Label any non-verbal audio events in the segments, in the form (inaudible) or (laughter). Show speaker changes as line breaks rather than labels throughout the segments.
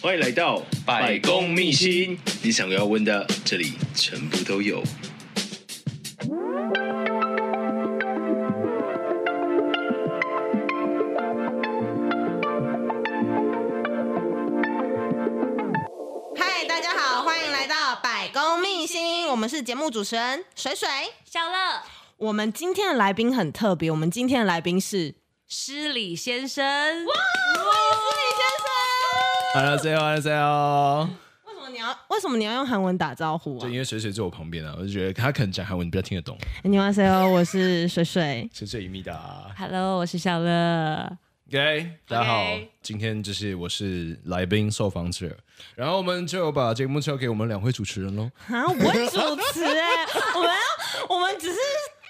欢迎来到
百公秘
辛，你想要问的，这里全部都有。
嗨，大家好，欢迎来到百工秘辛，我们是节目主持人水水。
小乐，
我们今天的来宾很特别，我们今天的来宾是
失礼先生，
哈喽，大家好，大家好。
为什么你要为什么你要用韩文打招呼啊
就？因为水水坐我旁边啊，我就觉得他可能讲韩文比较听得懂。
你好，C.O. 我是水水。
水水一密达
Hello，我是小乐。
，OK，大家好
OK
今天就是我是来宾受访者，然后我们就把节目交给我们两位主持人喽。
啊，我主持哎、我们要我们只是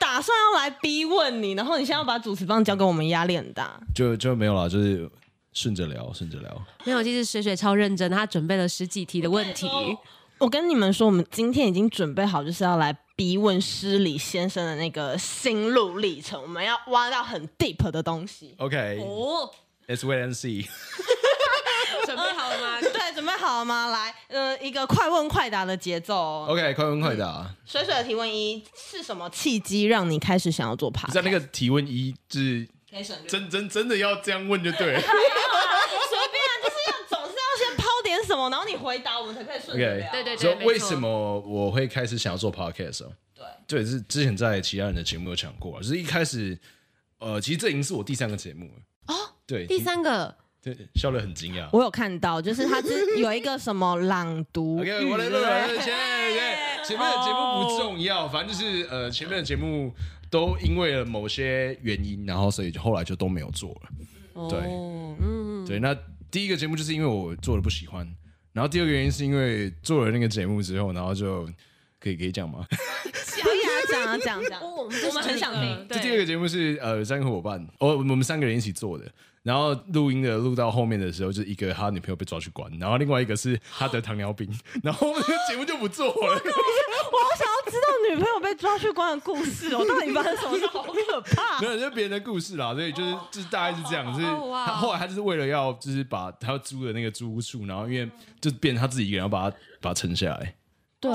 打算要来逼问你，然后你现在要把主持棒交给我们，压力很大。
就就没有啦，就是顺着聊，顺着聊。
没有，其实水水超认真，他准备了十几题的问题。
我跟你们说，我们今天已经准备好，就是要来逼问失礼先生的那个心路历程，我们要挖到很 deep 的东西。
OK，Let's、
哦，
wait and see。
准备好了吗？
对，准备好了吗？来，呃，一个快问快答的节奏哦。
OK，快问快答。
水水的提问一是什么契机让你开始想要做爬？
你嗯在那个提问一，就是
可以省略，
真真真的要这样问就对了。
随便啊，就是要总是要先抛点什么，然后你回答，我们才可以顺着
OK，
聊。
对对
所以
没错
为什么我会开始想要做 podcast 哦？对，是之前在其他人的节目有讲过啊，就是一开始，呃，其实这已经是我第三个节目了。哦，对，
第三哦个，
对，笑得很惊讶。
我有看到，就是他之有一个什么朗读
OK，我来了，
语对不
我
(laughs)
来
对
了，谢谢。前面的节目不重要，反正就是呃，前面的节目都因为了某些原因，然后所以就后来就都没有做了。对
哦，嗯，
对，那第一个节目就是因为我做的不喜欢，然后第二个原因是因为做了那个节目之后，然后就可以可以讲吗？
可以啊，讲啊讲讲。
我们我们很想嗯听。
这第二个节目是呃三个伙伴，我、我们三个人一起做的。然后录音的录到后面的时候，就是一个他女朋友被抓去关，然后另外一个是他得糖尿病，然后我们的节目就不做了。 (laughs)
我好想要知道女朋友被抓去关的故事 (laughs) 哦，到底发生什么事？好可怕
没！有，就别人的故事啦，所以就是就是大概是这样，就是
哦哇
他后来他就是为了要就是把他租的那个租屋处，然后因为就变成他自己一个人要把它把它撑下来。
对，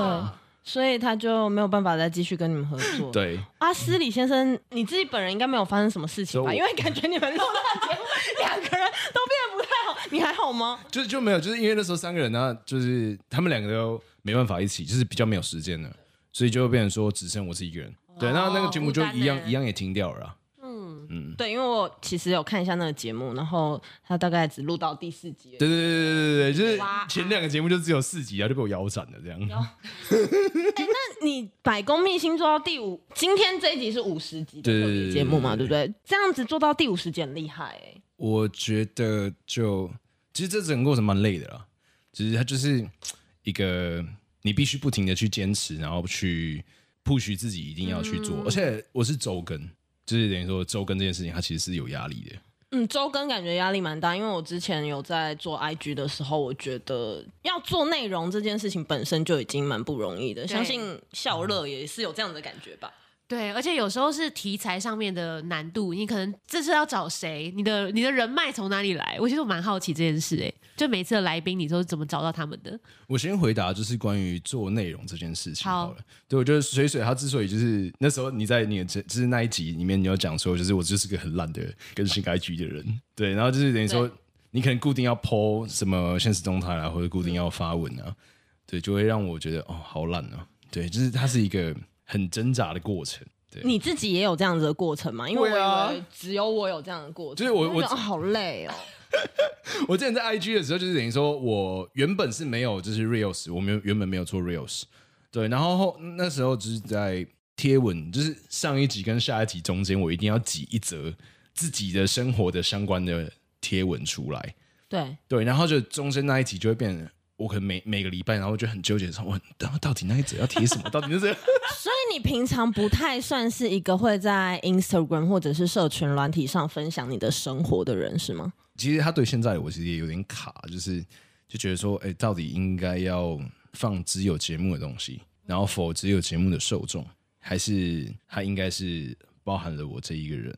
所以他就没有办法再继续跟你们合作。。
对，
阿斯里先生，你自己本人应该没有发生什么事情
所
吧？
以
因
我
为感觉你们录那节目，两个人都变得不太好。你还好吗？
就就没有，就是因为那时候三个人呢，就是他们两个都没办法一起，就是比较没有时间了，所以就变成说只剩我自己一个人。对，那那个节目就
孤单
一样
欸
一样也停掉了啦。啊嗯
对，因为我其实有看一下那个节目，然后他大概只录到第四集而已。
对对对对对对，就是
哇
前两个节目就只有四集啊，就被我腰斩了这样。
你百公秘辛做到第五，今天这一集是五十集的
对对
特
对
别
对
节目嘛，
对
对不对？这样子做到第五十集很厉害哎、
我觉得就其实这整个过程蛮累的啦，只是它就是一个你必须不停的去坚持，然后去 push 自己一定要去做，
嗯
而且我是周更，就是等于说周更这件事情，它其实是有压力的。
嗯，周更感觉压力蛮大，因为我之前有在做 IG 的时候，我觉得要做内容这件事情本身就已经蛮不容易的，相信笑乐也是有这样的感觉
嗯
吧。
对，而且有时候是题材上面的难度，你可能这次要找谁，你的你的人脉从哪里来？我其实我蛮好奇这件事、哎，就每次的来宾，你都是怎么找到他们的？
我先回答就是关于做内容这件事情
好
好了。对，我觉得水水他之所以就是那时候你在你的这就是那一集里面你有讲说，就是我就是个很懒的更新 IG 的人，对，然后就是等于说
对
你可能固定要 PO 什么现实动态啦，或者固定要发文啊，对，就会让我觉得哦好懒啊，对，就是它是一个很挣扎的过程。对，
你自己也有这样子的过程吗？因为我
对啊
以为只有我有这样的过
就
程，
是我我
就觉得哦好
(laughs)
累哦。
我之前在 IG 的时候，就是等于说我原本是没有就是 Reels，我们原本没有做 Reels，对，然后后那时候就是在贴文，就是上一集跟下一集中间，我一定要挤一则自己的生活的相关的贴文出来，
对，
对，然后就中间那一集就会变成。我可能每每个礼拜，然后我就很纠结，说我到到底那一则要贴什么？到底是这样？
所以你平常不太算是一个会在 Instagram 或者是社群软体上分享你的生活的人，是吗？
其实他对现在我其实也有点卡，就是就觉得说，哎、到底应该要放只有节目的东西，然后否只有节目的受众，还是他应该是包含了我这一个人？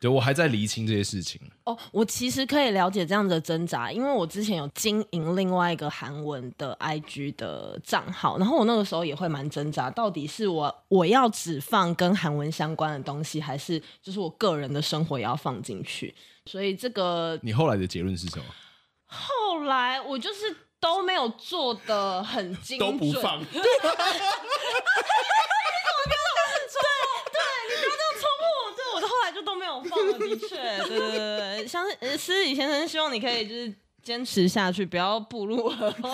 对我还在厘清这些事情。
哦，我其实可以了解这样的挣扎，因为我之前有经营另外一个韩文的 IG 的账号，然后我那个时候也会蛮挣扎，到底是我我要只放跟韩文相关的东西，还是就是我个人的生活也要放进去？所以这个
你后来的结论是什么？
后来我就是都没有做的很精准，
都不放，
(laughs) 戳破我， (laughs) 对我的后来就都没有放了，的确，对对对对，像是呃思雨先生，希望你可以就是坚持下去，不要步入河沟。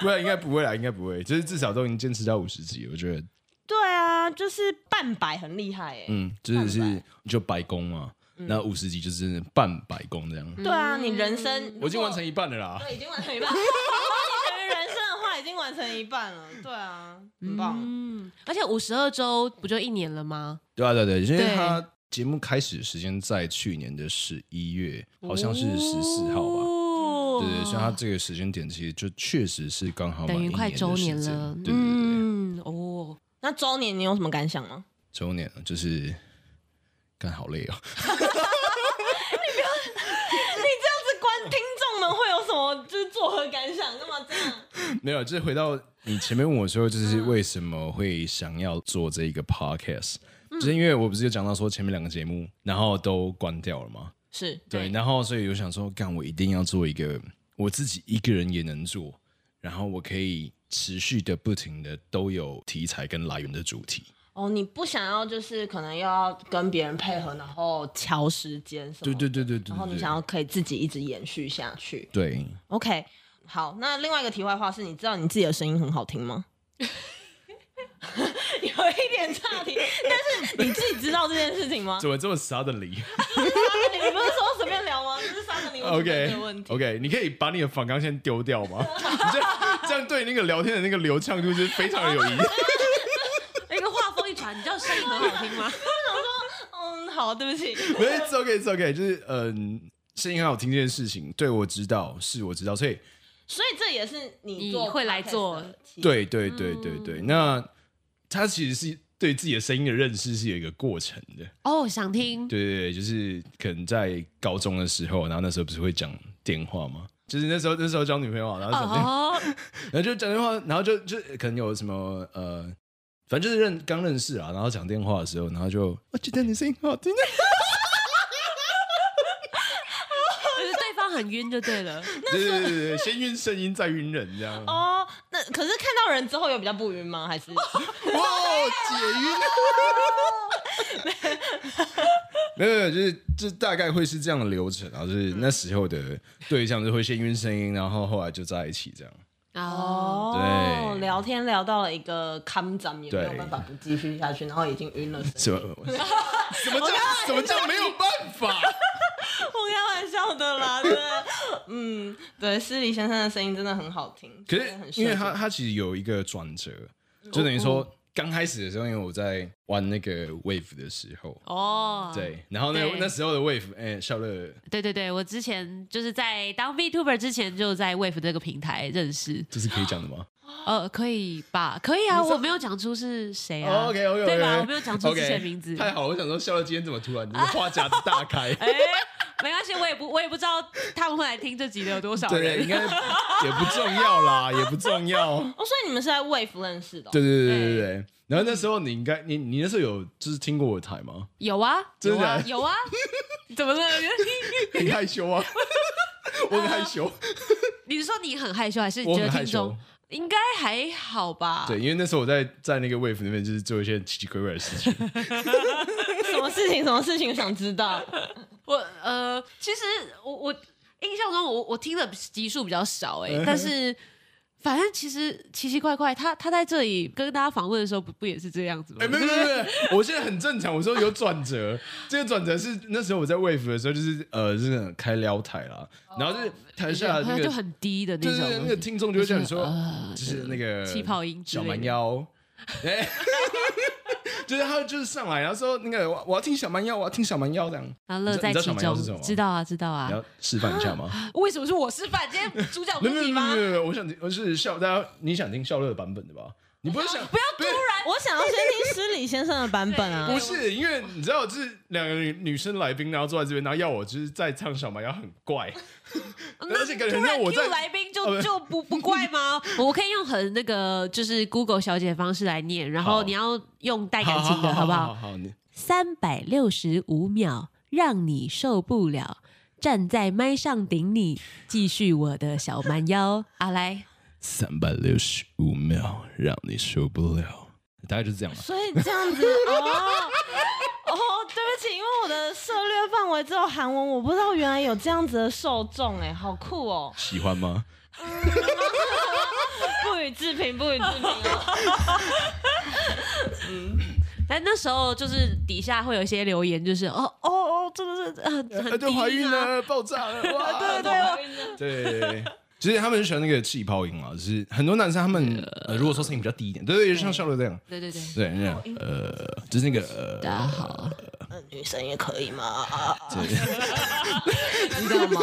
不会，应该不会啦，应该不会，就是至少都已经坚持到五十集，我觉得，
(laughs) 对啊，就是半百很厉害哎、
嗯，就是是就白宫嘛，那五十集就是半白宫这样。
对啊，你人生
我已经完，成
如
一半了啦
果，对，已经完成一半。如 (laughs) 果你等于人生的话，已经完成一半了，对啊，很棒。
嗯，而且五十二周不就一年了吗？
对啊，对对，因为
对
他节目开始时间在去年的十一月，好像是十四号吧。
哦
对对，像他这个时间点，其实就确实是刚好满
等于快
一的
周
时
年
间
了，
对对对对，
嗯，哦，
那周年你有什么感想吗？
周年了，就是干好累哦。 (laughs)
这观听众们会有什么就是作何感想？干嘛这样？
没有，就是回到你前面问我说，就是
嗯
为什么会想要做这一个 podcast，、就是因
嗯
为我不是有讲到说前面两个节目，然后都关掉了嘛，
是
对，然后所以我想说，干，我一定要做一个我自己一个人也能做，然后我可以持续的不停的都有题材跟来源的主题，
哦，你不想要就是可能又要跟别人配合，然后调时间什
对
么的？
对对对对对，
然后你
对
想要可以自己一直延续下去。
对，
OK，好，那另外一个题外话是，你知道你自己的声音很好听
(laughs)
吗？有一点差题，但是你自己知道这件事情
(laughs)
吗？啊
怎么这么
(laughs)
suddenly？
你不是说随便聊吗？这是三个你问
OK
的问题。
OK，你可以把你的反纲先丢掉
(laughs)
吗？你这样这样对那个聊天的那个流畅度是非常有影响。
那个话哎锋一转，你知道声音很好听吗？
嗯，好，对不起。
没有，it's OK，it's OK，就是嗯，声音很好听这件事情，对我知道，是我知道，所以
所以这也是你
你
做
会来
podcast
做
的起
对对对对对，那他其实是对自己的声音的认识是有一个过程的，
(laughs) 哦，想听，
对对对，就是可能在高中的时候，然后那时候不是会讲电话吗？就是那时候那时候交女朋友啊，然后讲电话，
哦，
然后就讲电话，然后就就可能有什么呃。反正就是认刚认识啊，然后讲电话的时候，然后就我觉得你声音很好听，
就是对方很晕就对了，
对对对对，先晕声音再晕人这样。哇，
哦，那可是看到人之后有比较不晕吗？还是
哦解晕！ (laughs) 没有没有，就是这大概会是这样的流程啊，就是那时候的对象就会先晕声音，然后后来就在一起这样。
(laughs) 哦，
(laughs) 哦，
对
聊天聊到了一个康展，也没有
对
办法不继续下去，然后已经晕了身体。
什么什么叫 (laughs) 什么叫没有办法？
我开玩笑的啦， (laughs) 对，嗯，对，施礼先生的声音真的很好听，
可
真 (laughs) 的很
是
顺
因为
耳
他他其实有一个转折，就等于说刚开始的时候，因为我在玩那个 wave 的时候，
哦，
对，然后那
对
那时候的 wave，哎，笑乐，
对对对，我之前就是在当 VTuber 之前就在 Wave 这个平台认识，
这是可以讲的吗？
呃，可以吧？可以啊，我没有讲出是谁啊、
o k 哦 OK，
对吧？我没有讲出之前名字。
太好了，我想说，笑乐今天怎么突然就是话匣子大开？
(laughs) 哎、没关系，我也不我也不知道他们会来听这集的有多少
对，应该
人。
也不重要
(laughs)
啦，也不重要。
哦，所以你们是在 Wave 认识的哦、
对对对对对。然后那时候你应该，你你那时候有就是听过我的台
(laughs)
吗？
有啊，
(laughs) 真
有
的
啊
啊，
有啊，怎么了？ (laughs)
很害羞啊，我很害羞，
啊你是说你很害羞，还是你
我
觉
很
得
害
听
羞
众。应该还好吧？
对，因为那时候我在在那个 wave 那边就是做一些奇奇怪怪的事
(laughs)
情。
什么事情？什么事情？想知 (laughs) 道？
我呃，其实我我印象中我我听的集数比较少哎、
嗯
但是反正其实奇奇怪怪，他他在这里跟大家访问的时候不不也是这样子吗？
哎，没有没有没有，我现在很正常。我说有转折，这个转折是那时候我在 wave 的时候，就是呃，是那种开撩台啦，
哦
然后就是台
(laughs)
下
好
那
像
个
就很低的那
就是
种
那个
东西。
听众就会叫你说
就是呃，
就是那个
气泡音之
小
类的
蛮腰，哎，就是他就是上来，然后说那个我我要听小蛮腰，我要听小蛮腰这样。
然后乐在
你知道
其
小蛮腰是什么
中，
吗
知道啊，知道啊
你。要示范一下吗？
为什么是我示范？今天主角不
没有
是
没
你
有没
吗
有？没有，我想听我是笑大家你想听笑乐的版本的吧？你不会想
不要突然
我想要先听施礼先生的版本啊
对
不。是，因为你知道，就是两个女女生来宾，然后坐在这边，然后要我就是在唱小麻要很怪，而且感觉
突
很像
然
我
Q
在
来宾
啊不
就是就不不怪吗？我可以用很那个就是 Google 小姐的方式来念，然后
好
你要用带感情的，好不
好
好？
好，你
三百六十五秒，让你受不了，站在麦上顶你，继续我的小蛮腰 (laughs) 啊！来，
三百六十五秒让你受不了，大概就是这样吧。
所以这样子哦。哦，对不起，因为我的涉略范围只有韩文，我不知道原来有这样子的受众，哎，好酷哦！
喜欢吗？
不予置评，不予置评哦。
但那时候就是底下会有一些留言，就是哦哦哦，这个是呃很
啊，
很低
对，怀孕
音啊，
了，爆炸
(laughs)
了，哇！
对对
我
对，
晕了
对，其实他们是喜欢那个气泡音啊，就是很多男生他们呃，如果说声音比较低一点，对对，就像笑乐这样，
对对对，哦
对，那样呃，就是那个
大家好，
呃女生也可以吗？啊
呃，对，
你知道吗？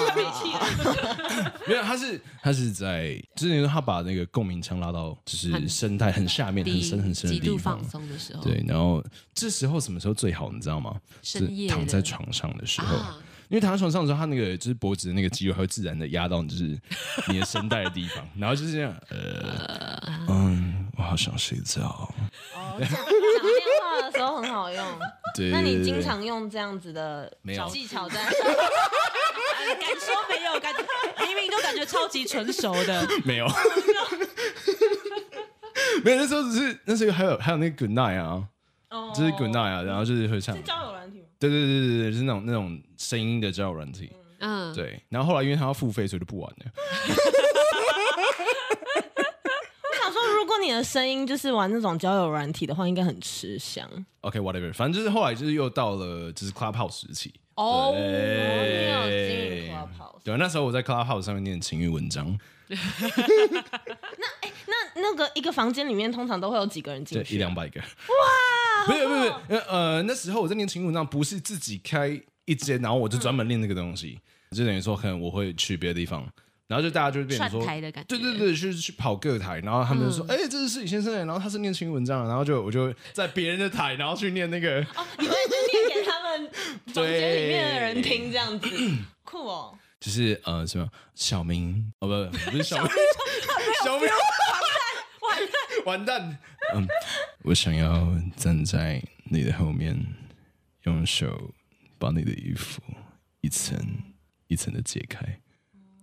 没有，他是他是在之前他把那个共鸣腔拉到就是声带很下面很深很深的
极
地
度
方
放，松的时候，
对，然后这时候什么时候最好，你知道吗？是
深夜的
躺在床上的时候。
啊
因为躺在床上的时候，他那个就是脖子的那个肌肉，它会自然的压到你，就是你的声带的地方，然后就是这样，呃，嗯，我好想睡觉。
哦，讲讲电话的时候很好用。
对，
那你
对
经常用这样子的
呃没有
技巧在？
敢说哎没有？感觉明明都感觉超级纯熟
(laughs)
的。
对对 (laughs) 没有？没有，那时候只是那时候还有还有那个 Good Night 啊，
哦
就是 Good Night 啊，然后就是会唱，
是交友软体吗？
对对对对对，就是那种那种声音的交友软体。
嗯，
对，然后后来因为他要付费，所以就不玩了。
我想说，如果你的声音就是玩那种交友软体的话，应该很吃香。
OK，whatever，、反正就是后来就是又到了就是 Clubhouse 时期。
哦，
对
哦你有经营 Clubhouse
对，那时候我在 Clubhouse 上面念情欲文章，
那那个一个房间里面通常都会有几个人
对
进，去？
一两百个。哇！不是不是不是，呃，那时候我在念情欲文章，不是自己开一间，然后我就专门念那个东西，就等于说可能我会去别的地方，然后就大家就会变成说
串台的感觉
对对对，去去跑各台，然后他们就说，哎、这是施宇先生，然后他是念情欲文章，然后就我就在别人的台，然后去念那个。
你会念给他们房间里面的人听，这样子酷哦。
就是呃什么小明哦不不是小明小明完蛋完蛋完蛋嗯，我想要站在你的后面，用手把你的衣服一层一层的解开，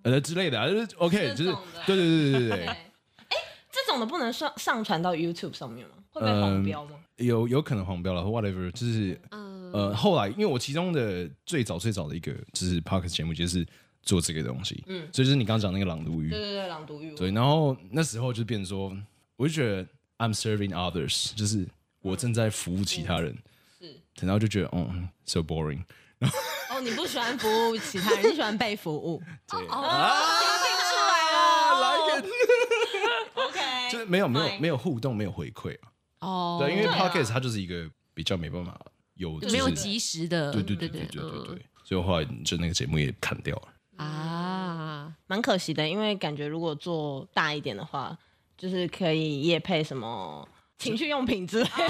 呃之类的、啊，就是 OK，就是
种的
对对对对对
哎，这种的不能上上传到 YouTube 上面吗？会被黄标吗？
对，有有可能黄标了，whatever，就是呃后来因为我其中的最早最早的一个就是 p o c k e t 节目就是做这个东西，嗯，所以就是你刚刚讲那个朗读语，
对对对，朗读欲。
对，然后那时候就变成说，我就觉得 I'm serving others，就是我正在服务其他人，
是，
然后就觉得哦、s o boring，
哦，你不喜欢服务其他人，你喜欢被服
(laughs)
务。
对，
出来了
来
，OK，
就是没有没有没
有，
有互动，没有回馈啊，
哦，
对，因为
对啊
podcast 它就是一个比较没办法有
没有
就是
及时的，
对对
对
对对对对
嗯
对，所以后来就那个节目也砍掉了，
啊，
蛮可惜的，因为感觉如果做大一点的话，就是可以夜配什么情趣用品之类
哦
的，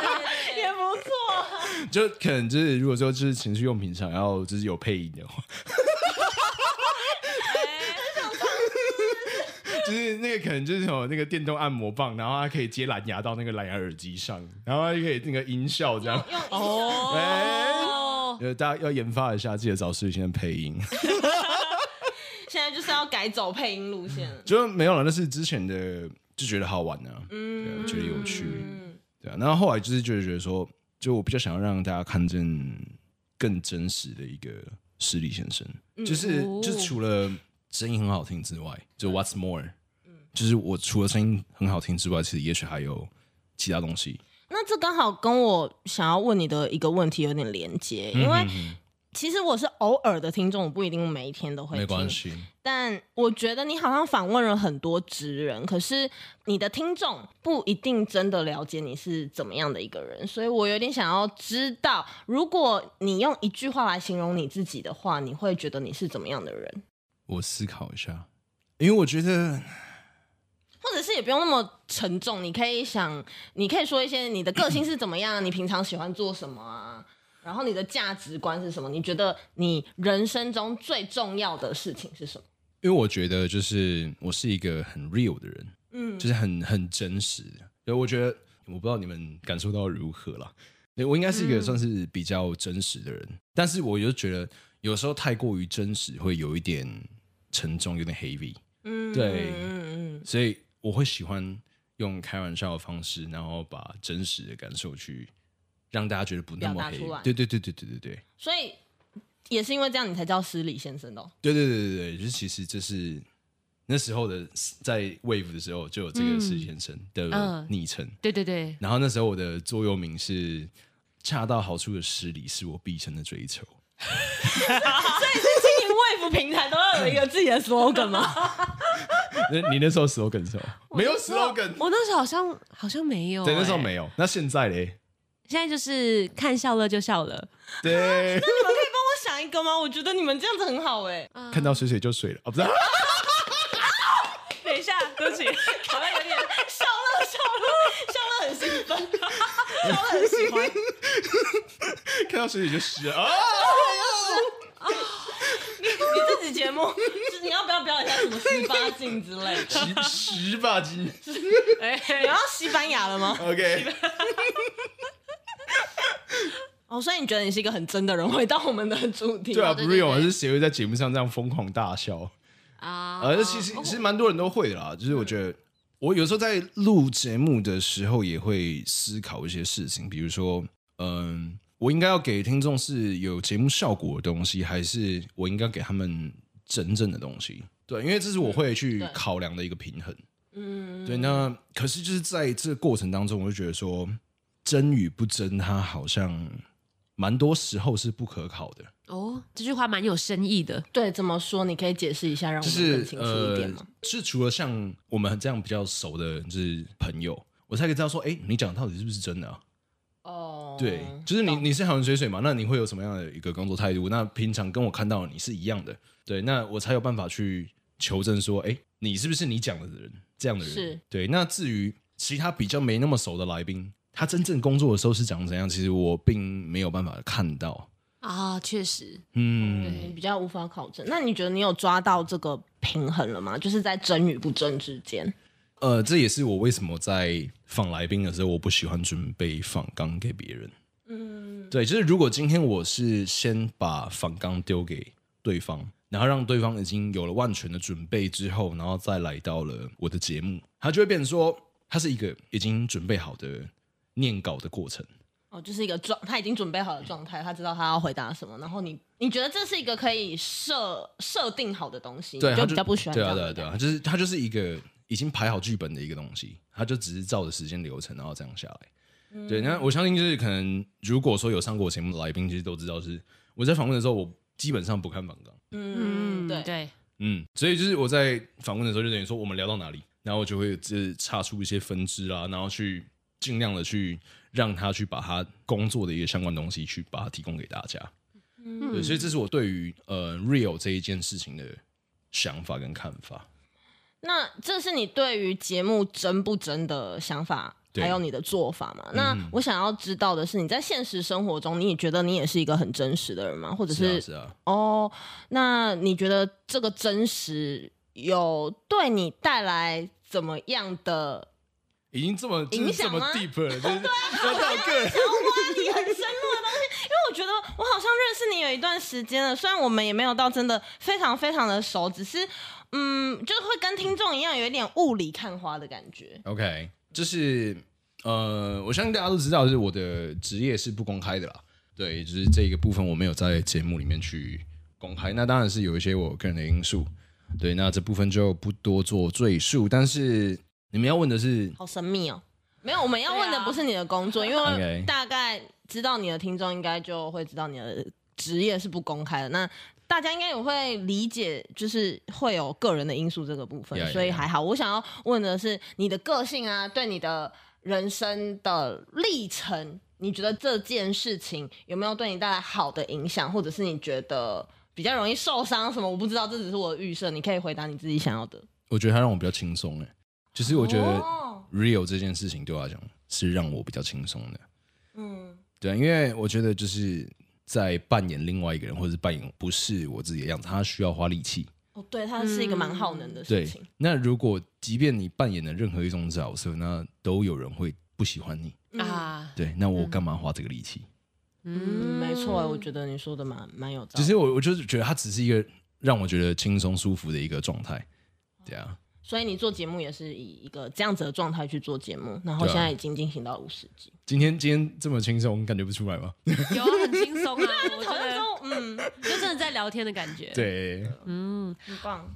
(laughs) 也不错。
就可能就是如果说就是情绪用品想要就是有配音的话。就是那个可能就是有那个电动按摩棒，然后它可以接蓝牙到那个蓝牙耳机上，然后它就可以那个音效这样。
用
哎
哦，
呃，大家要研发一下，记得找施雨先生配音。 (laughs)
现在就是要改走配音路线了。
就没有了，那是之前的就觉得好玩啊，对
嗯
啊觉得有趣，对啊。然后后来就是就是觉得说，就我比较想要让大家看见更真实的一个实力先生，就是
哦
就除了声音很好听之外，就 What's more，就是我除了声音很好听之外，其实也许还有其他东西。
那这刚好跟我想要问你的一个问题有点连接，因
嗯
为其实我是偶尔的听众，我不一定每一天都会
没
听。
关系，
但我觉得你好像访问了很多职人，可是你的听众不一定真的了解你是怎么样的一个人，所以我有点想要知道，如果你用一句话来形容你自己的话，你会觉得你是怎么样的人？
我思考一下，因为我觉得
或或者是也不用那么沉重，你可以想，你可以说一些你的个性是怎么样，你平常喜欢做什么啊，然后你的价值观是什么？你觉得你人生中最重要的事情是什么？
因为我觉得就是我是一个很 real 的人，
嗯
就是很很真实的。所以我觉得我不知道你们感受到如何啦。对我应该是一个
嗯
算是比较真实的人，但是我就觉得有时候太过于真实会有一点沉重，有点 heavy，
嗯
对
嗯嗯
所以我会喜欢用开玩笑的方式，然后把真实的感受去让大家觉得不那么
表达出
heavy。
来
对对对对对对对。
所以也是因为这样，你才叫失礼先生的哦、 (laughs)
对对对对对，就是其实这是那时候的在 Wave 的时候就有这个
嗯
石先生的
嗯
昵称，
对对对，
然后那时候我的座右铭是“恰到好处的失礼是我毕生的追 (laughs) 求
经营 Wave 平台都要有一个自己的 slogan (laughs) 吗？”。
那你那时候 slogan 是什么？没有哎 slogan，
我那时候好像好像没有、
对，那时候
欸
没有。那现在嘞？
现在就是看笑乐就笑了，
对，
我想一个吗？我觉得你们这样子很好哎、
(laughs) 看到水水就水了啊，不是
(laughs)
啊？
等一下，对不起，
(laughs) 好像有点 (laughs) 笑乐笑乐笑乐很兴奋，笑乐很喜欢。
看到水水就湿了啊！
你这集节目， (laughs) 就是你要不要表演一下什么十八禁之类的？
十十吧
(laughs)
斤
哎、
你要西班牙了吗？
，OK。
哦，所以你觉得你是一个很真的人？回到我们的主题，
对啊，不
对
是
对
有，
对
是谁会在节目上这样疯狂大笑？
啊
呃，其实其实蛮多人都会的啦。就是我觉
嗯
得，我有时候在录节目的时候也会思考一些事情，比如说，嗯，我应该要给听众是有节目效果的东西，还是我应该给他们真正的东西？对，因为这是我会去
嗯对
考量的一个平衡。
嗯，
对，那可是就是在这个过程当中，我就觉得说，真与不真，它好像蛮多时候是不可考的。
哦，这句话蛮有深意的，
对，怎么说？你可以解释一下，让我
就
们更
是
清楚一
呃
点吗？，
是除了像我们这样比较熟的，就是朋友，我才可以知道说，哎、你讲的到底是不是真的、啊？
哦，
对，就是你你是好人水水嘛，那你会有什么样的一个工作态度？那平常跟我看到的你是一样的，对，那我才有办法去求证说，哎、你是不是你讲的人这样的人？
是
对。那至于其他比较没那么熟的来宾，他真正工作的时候是长怎样，其实我并没有办法看到。
啊，确实，
嗯，
你比较无法考证。那你觉得你有抓到这个平衡了吗？就是在真与不真之间。
呃，这也是我为什么在访来宾的时候，我不喜欢准备访纲给别人。
嗯，
对，就是如果今天我是先把反纲丢给对方，然后让对方已经有了万全的准备之后，然后再来到了我的节目，它就会变成说，它是一个已经准备好的念稿的过程。
哦，就是一个状，他已经准备好的状态，他知道他要回答什么。然后你你觉得这是一个可以设设定好的东西，
对，
你
它
就比较不喜欢这
对
样
啊，
的
对啊，对啊，它就是它就是一个已经排好剧本的一个东西，它就只是照着时间流程，然后这样下来。对，那我相信就是可能，如果说有上过我节目的来宾，其实都知道是我在访问的时候，我基本上不看反纲。
嗯，对。
对，
嗯，所以就是我在访问的时候，就等于说我们聊到哪里，然后我就会就是岔出一些分支啦，然后去尽量的去让他去把他工作的一些相关东西去把它提供给大家。对，
嗯
所以这是我对于呃 real 这一件事情的想法跟看法。
那这是你对于节目真不真的想法，
对嗯
还有你的做法嘛？那我想要知道的是，你在现实生活中，你也觉得你也是一个很真实的人吗？或者
是啊，是
是
啊，
哦，那你觉得这个真实有对你带来怎么样的？ (laughs)
已经这么就是
影响
这
啊
么
吗 (laughs)
deep 了，就是要到个人。
哇，你很深入的东西，因为我觉得我好像认识你有一段时间了，虽然我们也没有到真的非常非常的熟，只是嗯，就是会跟听众一样有一点雾里看花的感觉。
OK，就是呃，我相信大家都知道，就是我的职业是不公开的啦。对，就是这个部分我没有在节目里面去公开。那当然是有一些我个人的因素，对，那这部分就不多做赘述。但是你们要问的是，
好神秘哦。没有，我们要问
对
的
啊
不是你的工作，因为
OK
大概知道你的听众应该就会知道你的职业是不公开的。那大家应该也会理解，就是会有个人的因素这个部分
Yeah, yeah,
所以还好。我想要问的是你的个性啊，对你的人生的历程，你觉得这件事情有没有对你带来好的影响，或者是你觉得比较容易受伤什么？我不知道，这只是我的预设，你可以回答你自己想要的。
我觉得它让我比较轻松哎、就是我觉得
哦
real 这件事情对我来讲是让我比较轻松的。
嗯，
对，因为我觉得就是在扮演另外一个人，或者是扮演不是我自己的样子，他需要花力气。
哦，对，它是一个蛮耗能的事
嗯对
情。，
那如果即便你扮演了任何一种角色，那都有人会不喜欢你。
嗯，
啊，
对，那我干嘛花这个力气？
嗯，没错，我觉得你说的蛮蛮有道
只
理。
是我我就是觉得它只是一个让我觉得轻松舒服的一个状态。对啊，
所以你做节目也是以一个这样子的状态去做节目，然后
对啊
现在已经进行到五十集。
今天今天这么轻松，感觉不出来吗？
有啊很轻松啊，我觉 (laughs)
讨论
得
中，嗯，
就真的在聊天的感觉。，
对，
嗯，
很棒。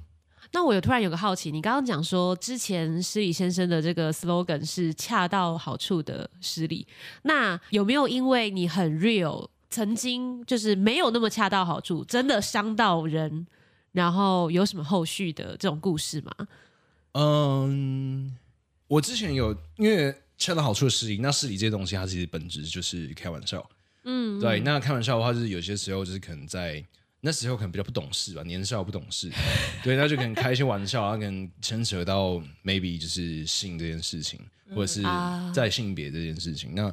那我有突然有个好奇，你刚刚讲说之前失礼先生的这个 slogan 是恰到好处的失礼，那有没有因为你很 real，曾经就是没有那么恰到好处，真的伤到人，然后有什么后续的这种故事吗？
嗯，我之前有因为恰到好处的事情，那事理这些东西，它其实本质就是开玩笑。
嗯，
对，那开玩笑的话，就是有些时候就是可能在那时候可能比较不懂事 (laughs) 吧，年少不懂事，对，那就可能开一些玩笑，然后可能牵扯到 maybe 就是性这件事情，或者是
啊
在性别这件事情，那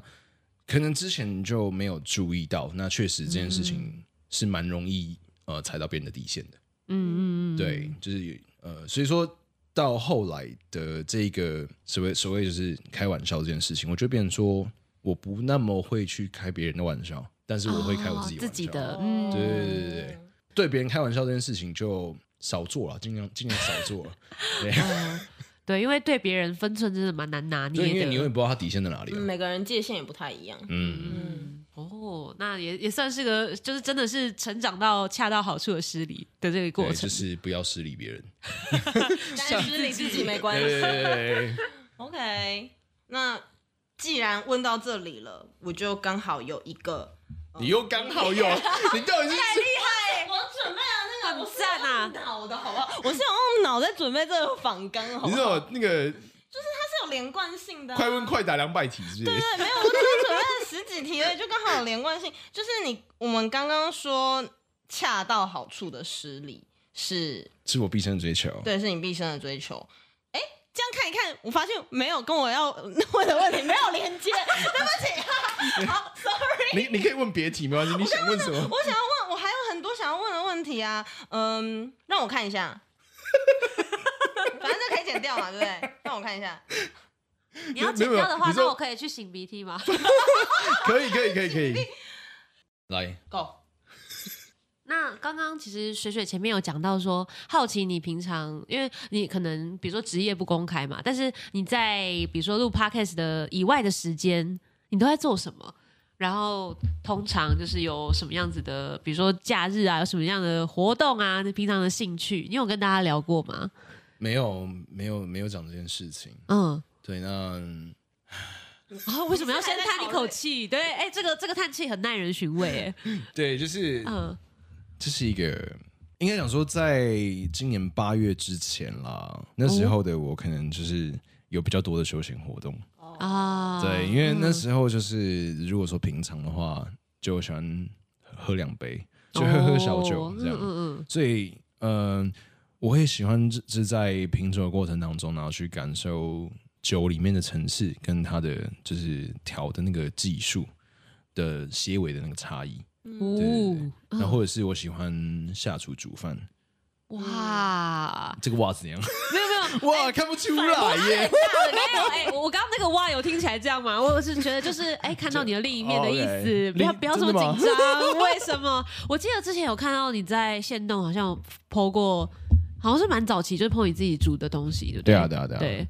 可能之前就没有注意到，那确实这件事
嗯
情是蛮容易呃踩到别人的底线的。
嗯嗯嗯，
对，就是呃，所以说到后来的这个所谓所谓就是开玩笑这件事情，我就变成说我不那么会去开别人的玩笑，但是我会开我自己玩
哦
笑。
自己的嗯
对对对对对，对别人开玩笑这件事情就少做了，尽量尽量少做了。对，
对，因为对别人分寸真的蛮难拿捏
就
的。
因为你永远不知道他底线在哪里了。
嗯每个人界限也不太一样。
嗯，
嗯，
哦，那也也算是个，就是真的是成长到恰到好处的失礼的这个过
对，
程。
就是不要失礼别人。
但是你自己没关系。
对，
OK，那既然问到这里了，我就刚好有一个，
(laughs) 你又刚好有，你到底是
哎我准备了那
很赞啊！
脑的好不好？我是有用脑在准备这个仿纲，好不好？
你知道那个
它是有连贯性的啊、
快问快答两百题是不是？
对，没有，我只是准备了 (laughs) 十几题了，就刚好有连贯性。就是你，我们刚刚说恰到好处的失礼是，
是我毕生的追求。
对，是你毕生的追求。哎，这样看一看，我发现没有跟我要问的问题没有连接， (laughs) 对不起，好，sorry。
你你可以问别题没关系，你想问什么？
我想要问，我还有很多想要问的问题啊。嗯，让我看一下， (laughs) 反正这可以剪掉嘛，对不对？让我看一下，
你要
没
剪
有没有
掉的话，
你说
那我可以去擤鼻涕吗？
(laughs) 可以可以可以可以。来，
够。
那刚刚其实水水前面有讲到说，好奇你平常，因为你可能比如说职业不公开嘛，但是你在比如说录 podcast 的以外的时间，你都在做什么？然后通常就是有什么样子的，比如说假日啊，有什么样的活动啊，你平常的兴趣，你有跟大家聊过吗？
没有没有没有讲这件事情。
嗯，
对，那
啊、为什么要先
你是还在
叹一
考
口
虑
气？对，哎、这个这个叹气很耐人寻味，哎，
对，就是
嗯，
这是一个应该讲说，在今年八月之前啦，那时候的我可能就是有比较多的休闲活动。
啊，
对，因为那时候就是如果说平常的话，就喜欢喝两杯，就喝喝小酒
哦
这样
嗯。嗯嗯，
所以，嗯、我会喜欢是是在品酒的过程当中，然后去感受酒里面的层次跟它的就是调的那个技术的些微的那个差异。对对对
哦，
然后或者是我喜欢下厨煮饭，
哦哇，
这个袜子怎样？
没有没有，
哇，看不出来耶！
没有哎、我我刚刚那个哇有听起来这样吗？我是觉得就是哎、看到你的另一面的意
哦
思
，OK，
不要
另
不要这么
真的吗 (laughs)
紧张。为什么？我记得之前有看到你在线动好像有 PO 过，好像是蛮早期，就是 PO 你自己煮的东西， (laughs) 对不
对
对？
啊，对啊，对啊，
对，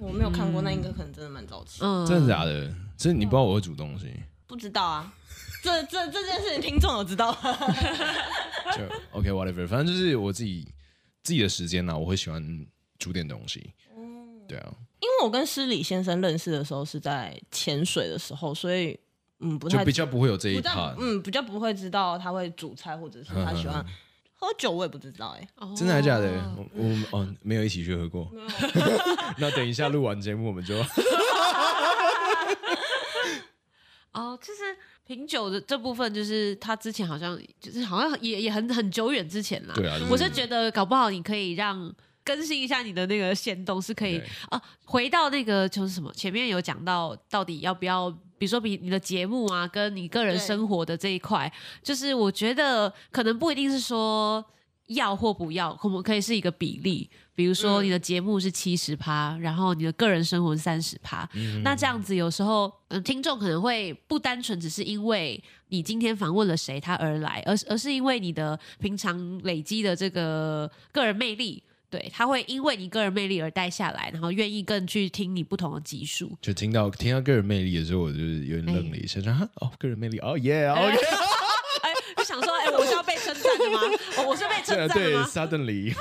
我没有看过，那应该可能真的蛮早期。
嗯，
真的假的？所以你不知道我会煮东西，
不知道啊，这这这件事情听众有知道吗？
就 OK whatever，反正就是我自己自己的时间啦，啊我会喜欢煮点东西。对啊，
因为我跟施礼先生认识的时候是在潜水的时候，所以嗯不
就
太
比较不会有这一
比较
趴。
嗯比较不会知道他会煮菜或者是他喜
嗯
欢喝酒，我也不知道哎、
哦
真的还假的？我我们哦，没有一起去喝过。 (laughs) 那等一下录完节目，我们就
哦，就是品酒的这部分，就是他之前好像就是好像也也很很久远之前
(laughs)
啦。
对啊，
我是觉得搞不好你可以让更新一下你的那个线动，是可以
对
啊。回到那个就是什么，前面有讲到到底要不要，比如说比你的节目啊，跟你个人
对
生活的这一块，就是我觉得可能不一定是说要或不要，我们可以是一个比例。比如说
嗯
你的节目是七十趴，然后你的个人生活是三十趴，那这样子有时候，嗯、听众可能会不单纯只是因为你今天访问了谁他而来，而而是因为你的平常累积的这个个人魅力，对他会因为你个人魅力而带下来，然后愿意更去听你不同的集数。
就听到听到个人魅力的时候，我就是有点愣了一下，说哈 (laughs) 哦，个人魅力，哦耶，哦
(laughs)
耶，
哎，我想说，哎，我是要被称赞的吗？我我是被
对
称赞的
对
吗？
，suddenly，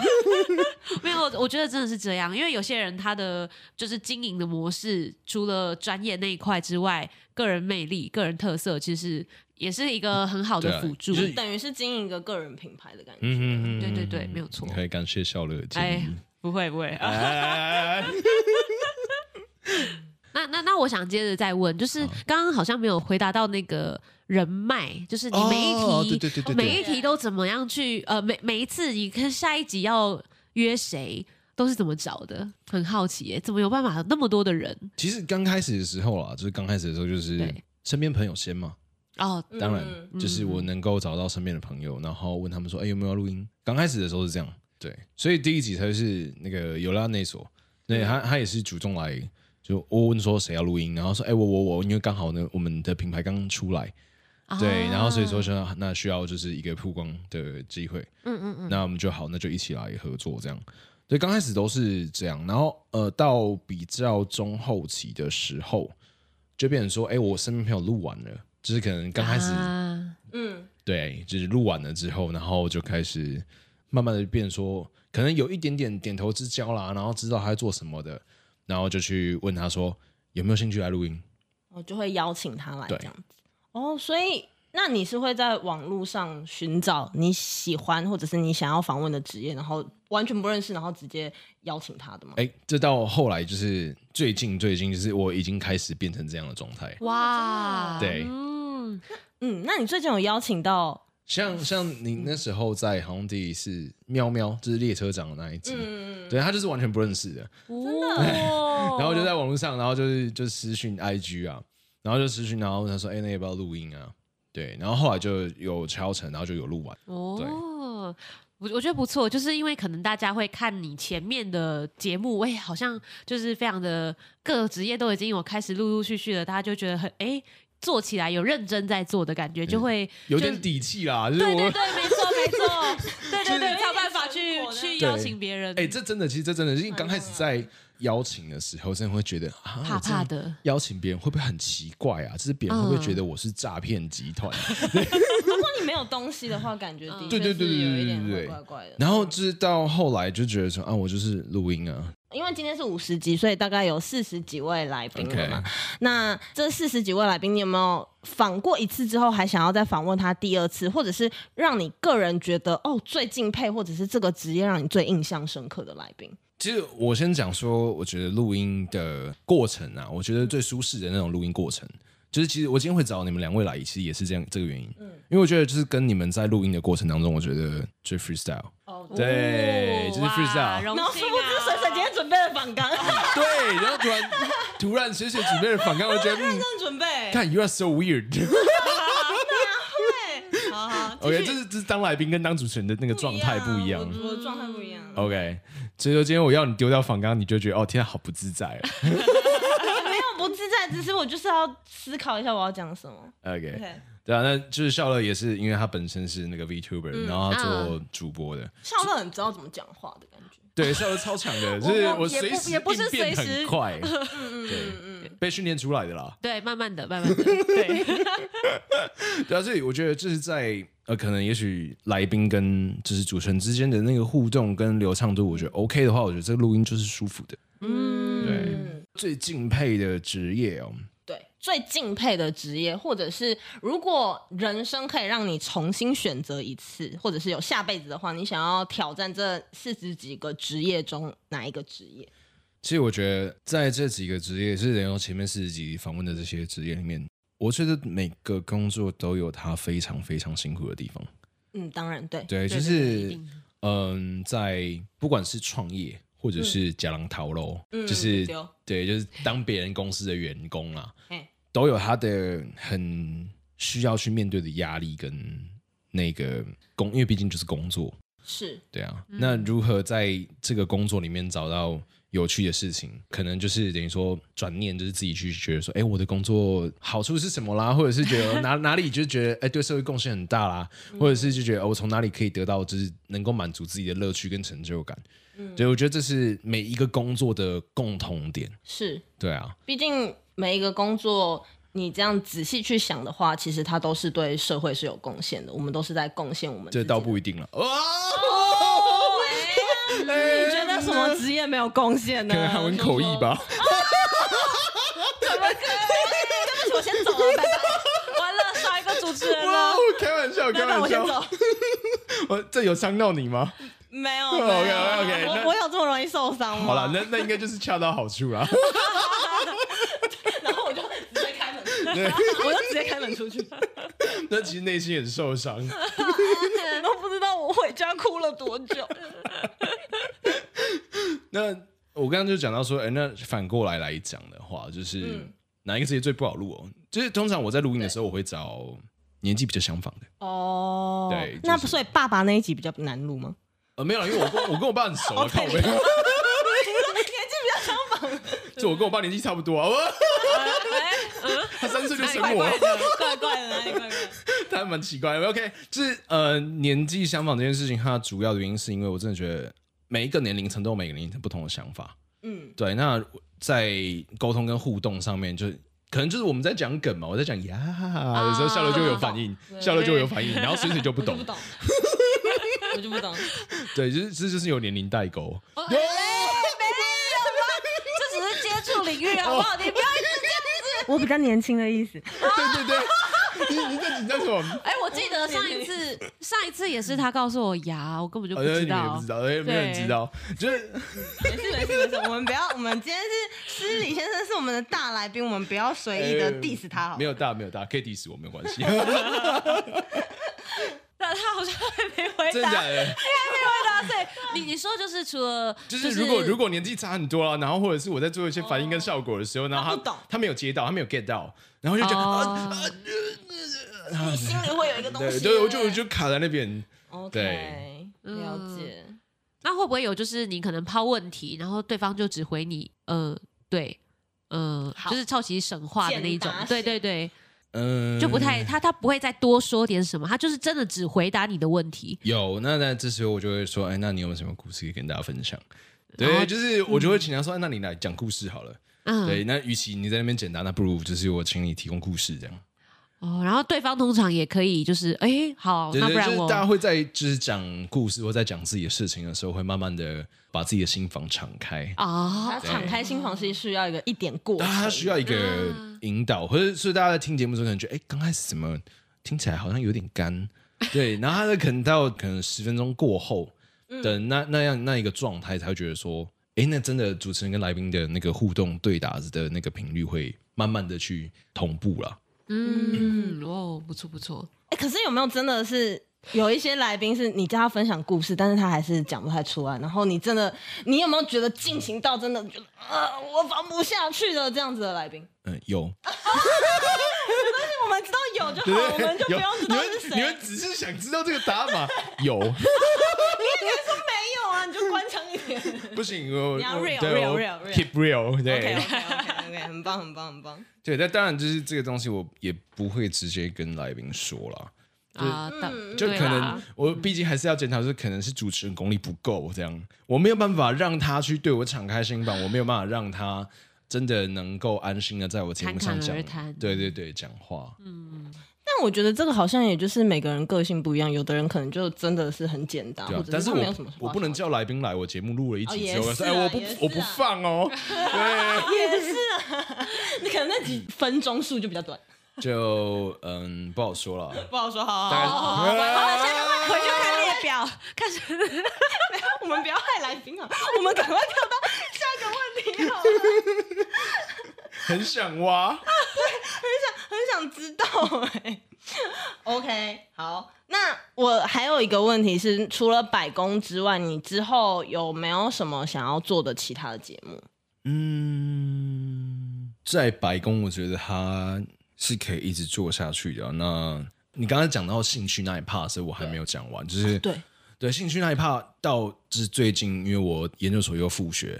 没有，我觉得真的是这样，因为有些人他的就是经营的模式，除了专业那一块之外，个人魅力、个人特色，其实也是一个很好
对
的
啊
辅助。
就是
等于是经营一个个人品牌的感觉。
嗯
对对对没有错
可以感谢小乐的建
哎
议，，
不会不会。
哎哎，哎
那那那，我想接着再问，就是刚刚好像没有回答到那个人脉，就是 (laughs) 你每一题、
哦对对对对对
每一题都怎么样去呃，每每一次你看下一集要约谁，都是怎么找的？很好奇耶，怎么有办法有那么多的人？
其实刚开始的时候啦，就是刚开始的时候，就是
对
身边朋友先嘛，
哦，
嗯
当然，就是我能够找到身边的朋友，然后问他们说：“哎、有没有要录音？”刚开始的时候是这样，对，所以第一集才是那个尤拉内所，对他他也是主动来，就我问说谁要录音，然后说：“哎、我我我，因为刚好呢，我们的品牌刚出来，
啊
对，然后所以说说那需要就是一个曝光的机会，
嗯嗯嗯，
那我们就好，那就一起来合作这样。对，刚开始都是这样，然后呃，到比较中后期的时候，就变成说，哎、我身边朋友录完了，就是可能刚开始
啊
嗯，
对，就是录完了之后，然后就开始慢慢的变说，可能有一点点点头之交啦，然后知道他在做什么的，然后就去问他说有没有兴趣来录音。
我就会邀请他来
对
这样子。哦，所以那你是会在网络上寻找你喜欢或者是你想要访问的职业，然后完全不认识，然后直接邀请他的吗？
哎，这到后来就是最近最近，就是我已经开始变成这样的状态。
哇，
对
嗯，
嗯，那你最近有邀请到？
像像你那时候在好像第是喵喵，就是列车长的那一集，
嗯，
对他就是完全不认识的，
真的，
(laughs)
哦
然后就在网络上，然后就是就私讯 IG 啊，然后就私讯，然后他说：“哎、那要不要录音啊？”对，然后后来就有敲成，然后就有录完。
哦，我我觉得不错，就是因为可能大家会看你前面的节目，哎，好像就是非常的各个职业都已经有开始陆陆续续的，大家就觉得很哎。做起来有认真在做的感
嗯
觉，就会
有
就
点底气啦，就是
对
我
对对，没错没错，对对对，
就是
才有办法去
(laughs)
去邀请别人，
哎、这真的，其实这真的，因为刚开始在邀请的时候，真的会觉得啊，
怕
我真
怕的。
邀请别人会不会很奇怪啊？就是别人会不会觉得我是诈骗集
(laughs)
团？
如果你没有东西的话，感觉的
对对
确
对
是
对
有一
对
点
对
会
对
怪怪的。
然后就是到后来就觉得说啊，我就是录音啊，
因为今天是五十集，所以大概有四十几位来宾了嘛。
OK
那这四十几位来宾，你有没有访过一次之后，还想要再访问他第二次，或者是让你个人觉得哦最敬佩，或者是这个职业让你最印象深刻的来宾？
其实我先讲说，我觉得录音的过程啊，我觉得最舒适的那种录音过程，就是其实我今天会找你们两位来，其实也是这样这个原因。因为我觉得就是跟你们在录音的过程当中，我觉得最 freestyle。
哦，
对
哦
就是 freestyle
哇
然后殊不知
荣幸
水水
啊
今天准备了访纲， (laughs) 认
对，然后突然突然水水准备了反抗，我觉得嗯，
真准备。
看 you are so weird。 (laughs)
对，好好
OK，这是这是当来宾跟当主持人的那个状态不一样。
我我状态不一样。
OK，所以说今天我要你丢掉反刚，你就觉得哦天啊，好不自在哦。
也嗯没有不自在，只是我就是要思考一下我要讲什么。
OK，
OK，
对啊，那就是笑乐也是因为他本身是那个 VTuber，、然后他
啊
做主播的，
笑乐很知道怎么讲话的感觉。
对，笑乐超强的，就是
(laughs) 我
我
也不
随时
也不是
应变
随时
很
(laughs)
快，
嗯
对
嗯嗯，
被训练出来的啦。
对，慢慢的，慢慢的，对，
对啊，所以我觉得这是在呃，可能也许来宾跟就是主持人之间的那个互动跟流畅度，我觉得 OK 的话，我觉得这个录音就是舒服的。
嗯，
对最敬佩的职业哦，
对，最敬佩的职业，或者是如果人生可以让你重新选择一次，或者是有下辈子的话，你想要挑战这四十几个职业中哪一个职业？
其实我觉得在这几个职业，是人由前面四十集访问的这些职业里面，我觉得每个工作都有它非常非常辛苦的地方。
嗯，当然对，
对，
对
就
对对一
是
定
嗯，在不管是创业或
嗯
者是假狼逃喽，
嗯
就是
对哦
对，就是当别人公司的员工啦，
哎，
都有他的很需要去面对的压力跟那个工，因为毕竟就是工作，
是
对啊。那如何在这个工作里面找到有趣的事情，可能就是等于说呃转念，就是自己去觉得说，哎，我的工作好处是什么啦，或者是觉得哪 (laughs) 哪里就觉得哎对社会贡献很大啦，或者是就觉得、哦我从哪里可以得到就是能够满足自己的乐趣跟成就感。对，我觉得这是每一个工作的共同点。
是，
对啊，
毕竟每一个工作，你这样仔细去想的话，其实它都是对社会是有贡献的。我们都是在贡献我们自
这
己的。
倒不一定了。哦，
哎你觉得什么职业没有贡献呢？
可能韩文口译吧。
对不起，我先走了，拜拜。完了，少一个主持人
哇
了。，
开玩笑，开
拜拜，我
玩
先
笑。 (laughs)
走。
我这有伤到你吗？
没有
OK，OK，OK，
没有
那
我我有这么容易受伤吗？
好了，那那 (laughs) 应该就是恰到好处啦。
然后我就直接开门， (laughs) 我就直接开门出去，
那其实内心很受伤。
都不知道我回家哭了多久。
那我刚刚就讲到说，哎、那反过来来讲的话，就是、
嗯
哪一个职业最不好录哦？就是通常我在录音的时候，我会找年纪比较相仿的。
哦，
对就是
那所以爸爸那一集比较难录吗？ (laughs)
呃，没有啦，因为我跟我跟我爸很 (laughs) 熟啊，靠背，
年纪
(laughs) 就我跟我爸年纪差不多啊，他三岁就生我啊，
比较 (laughs) 怪怪的，哎怪怪的。
他还蛮奇怪的。OK，就是哦呃，年纪相仿这件事情，它主要的原因是因为我真的觉得每一个年龄层都有每个年龄层不同的想法。
嗯，
对，那在沟通跟互动上面，就是可能就是我们在讲梗嘛，我在讲呀，有
啊
时候笑了就会有反应，笑了就会有反应，然后水水就不
我就
懂 (laughs)
不，懂，我就不懂。
对，就是这就是有年龄代沟。
哦
这只是接触领域好不
好不
好？
好
你不要
我比较年轻的意思。
(laughs) 对对 (laughs) 对，你你在紧张什么？
哎，我记得上一 (laughs) 次，上一次也是他告诉我牙，我根本就不
好像
知
你们也
道
不知。道，哎，没有人知道， (laughs) 就是
没事没事没事，我们不要，我 (laughs) 们今天是施礼先生是我们的大来宾，我们不要随意的
哎
diss 他好。
没有大没有大，可以 diss 我没有关
(laughs)
系，
那他好像还没回
真的假
答，
的？
答对， (laughs) 你你说就是除了
就是如果如果年纪差很多啊，然后或者是我在做一些反应跟效果的时候，然后
哦他不懂
他他没有接到，他没有 get 到，然后就觉得啊，
哦
你心里会有一个东
对，
西。
对，我就我就卡在那边。对
OK，了解。
那会不会有就是你可能抛问题，然后对方就只回你，呃，对，呃，
好
就是抄袭神话的那一种
简答，
对
式
对对，
嗯，
就不太他他不会再多说点什么，他就是真的只回答你的问题。
有，那那这时候我就会说，哎，那你有没有什么故事可以跟大家分享？
然
对，
后
就是我就会请他说，哎那你来讲故事好了。
嗯，
对，那与其你在那边简单，那不如就是我请你提供故事这样。
哦，然后对方通常也可以就是，哎，好，
对
那
对，
不
就是
然我
大家会在就是讲故事或在讲自己的事情的时候，会慢慢的把自己的心房敞开。
啊
他，
(laughs)
敞开心房是需要一个一点过
大
程，嗯
家啊需要一个引导，或者是大家在听节目的时候，可能觉得哎，刚开始怎么听起来好像有点
(laughs)
干，对，然后他的可能到可能十分钟过后
嗯
的那那样那一个状态，才会觉得说，哎，那真的主持人跟来宾的那个互动对打的那个频率会慢慢的去同步了。
嗯，哦，不错不错，
哎、可是有没有真的是有一些来宾是你叫他分享故事，但是他还是讲不太出来，然后你真的，你有没有觉得进行到真的觉得呃我防不下去的这样子的来宾？
嗯，
(laughs)
有，
我们知道有就
对
好，我们就不
有
用知
你
道
们
是谁。
你们只是想知道这个答
(laughs)
案吗？有，
说没有啊，你就官腔一点。
不行，我
你要
我
real，
对
real，
我
real，real
keep real，对
OK OK OK OK，很棒很棒很棒。
对，但当然就是这个东西，我也不会直接跟来宾说啦。
啊，但
就啊
对
可能
啦
我毕竟还是要检讨，就是可能是主持人功力不够，这样我没有办法让他去对我敞开心房，我没有办法让他真的能够安心的在我节目上
侃侃
讲
而谈，
对对对，讲话。
但我觉得这个好像也就是每个人个性不一样，有的人可能就真的是很简单，
对啊
或，者
但
是
是
他没有
我
什么话
我不能叫来宾来我节目录了一
哦
集
也
之后，说
是
哎，
啊
我不
也是啊
我不放哦，对，
说。也是啊，你可能那几分钟数就比较短，
就嗯不好说了。
不好说。好好
大概
回去看列表，看谁
我们不要害来宾啊，我们赶快跳到下一个问题好了，
很想挖，
(laughs) 欸很想知道哎、OK，好，那我还有有一个问题是，除了百工之外，你之后有没有什么想要做的其他的节目？
嗯，在白宫，我觉得他是可以一直做下去的啊。那你刚刚讲到兴趣那一 part，所以我还没有讲完，就是
哦对
对兴趣那一 part 到就是最近，因为我研究所又复学，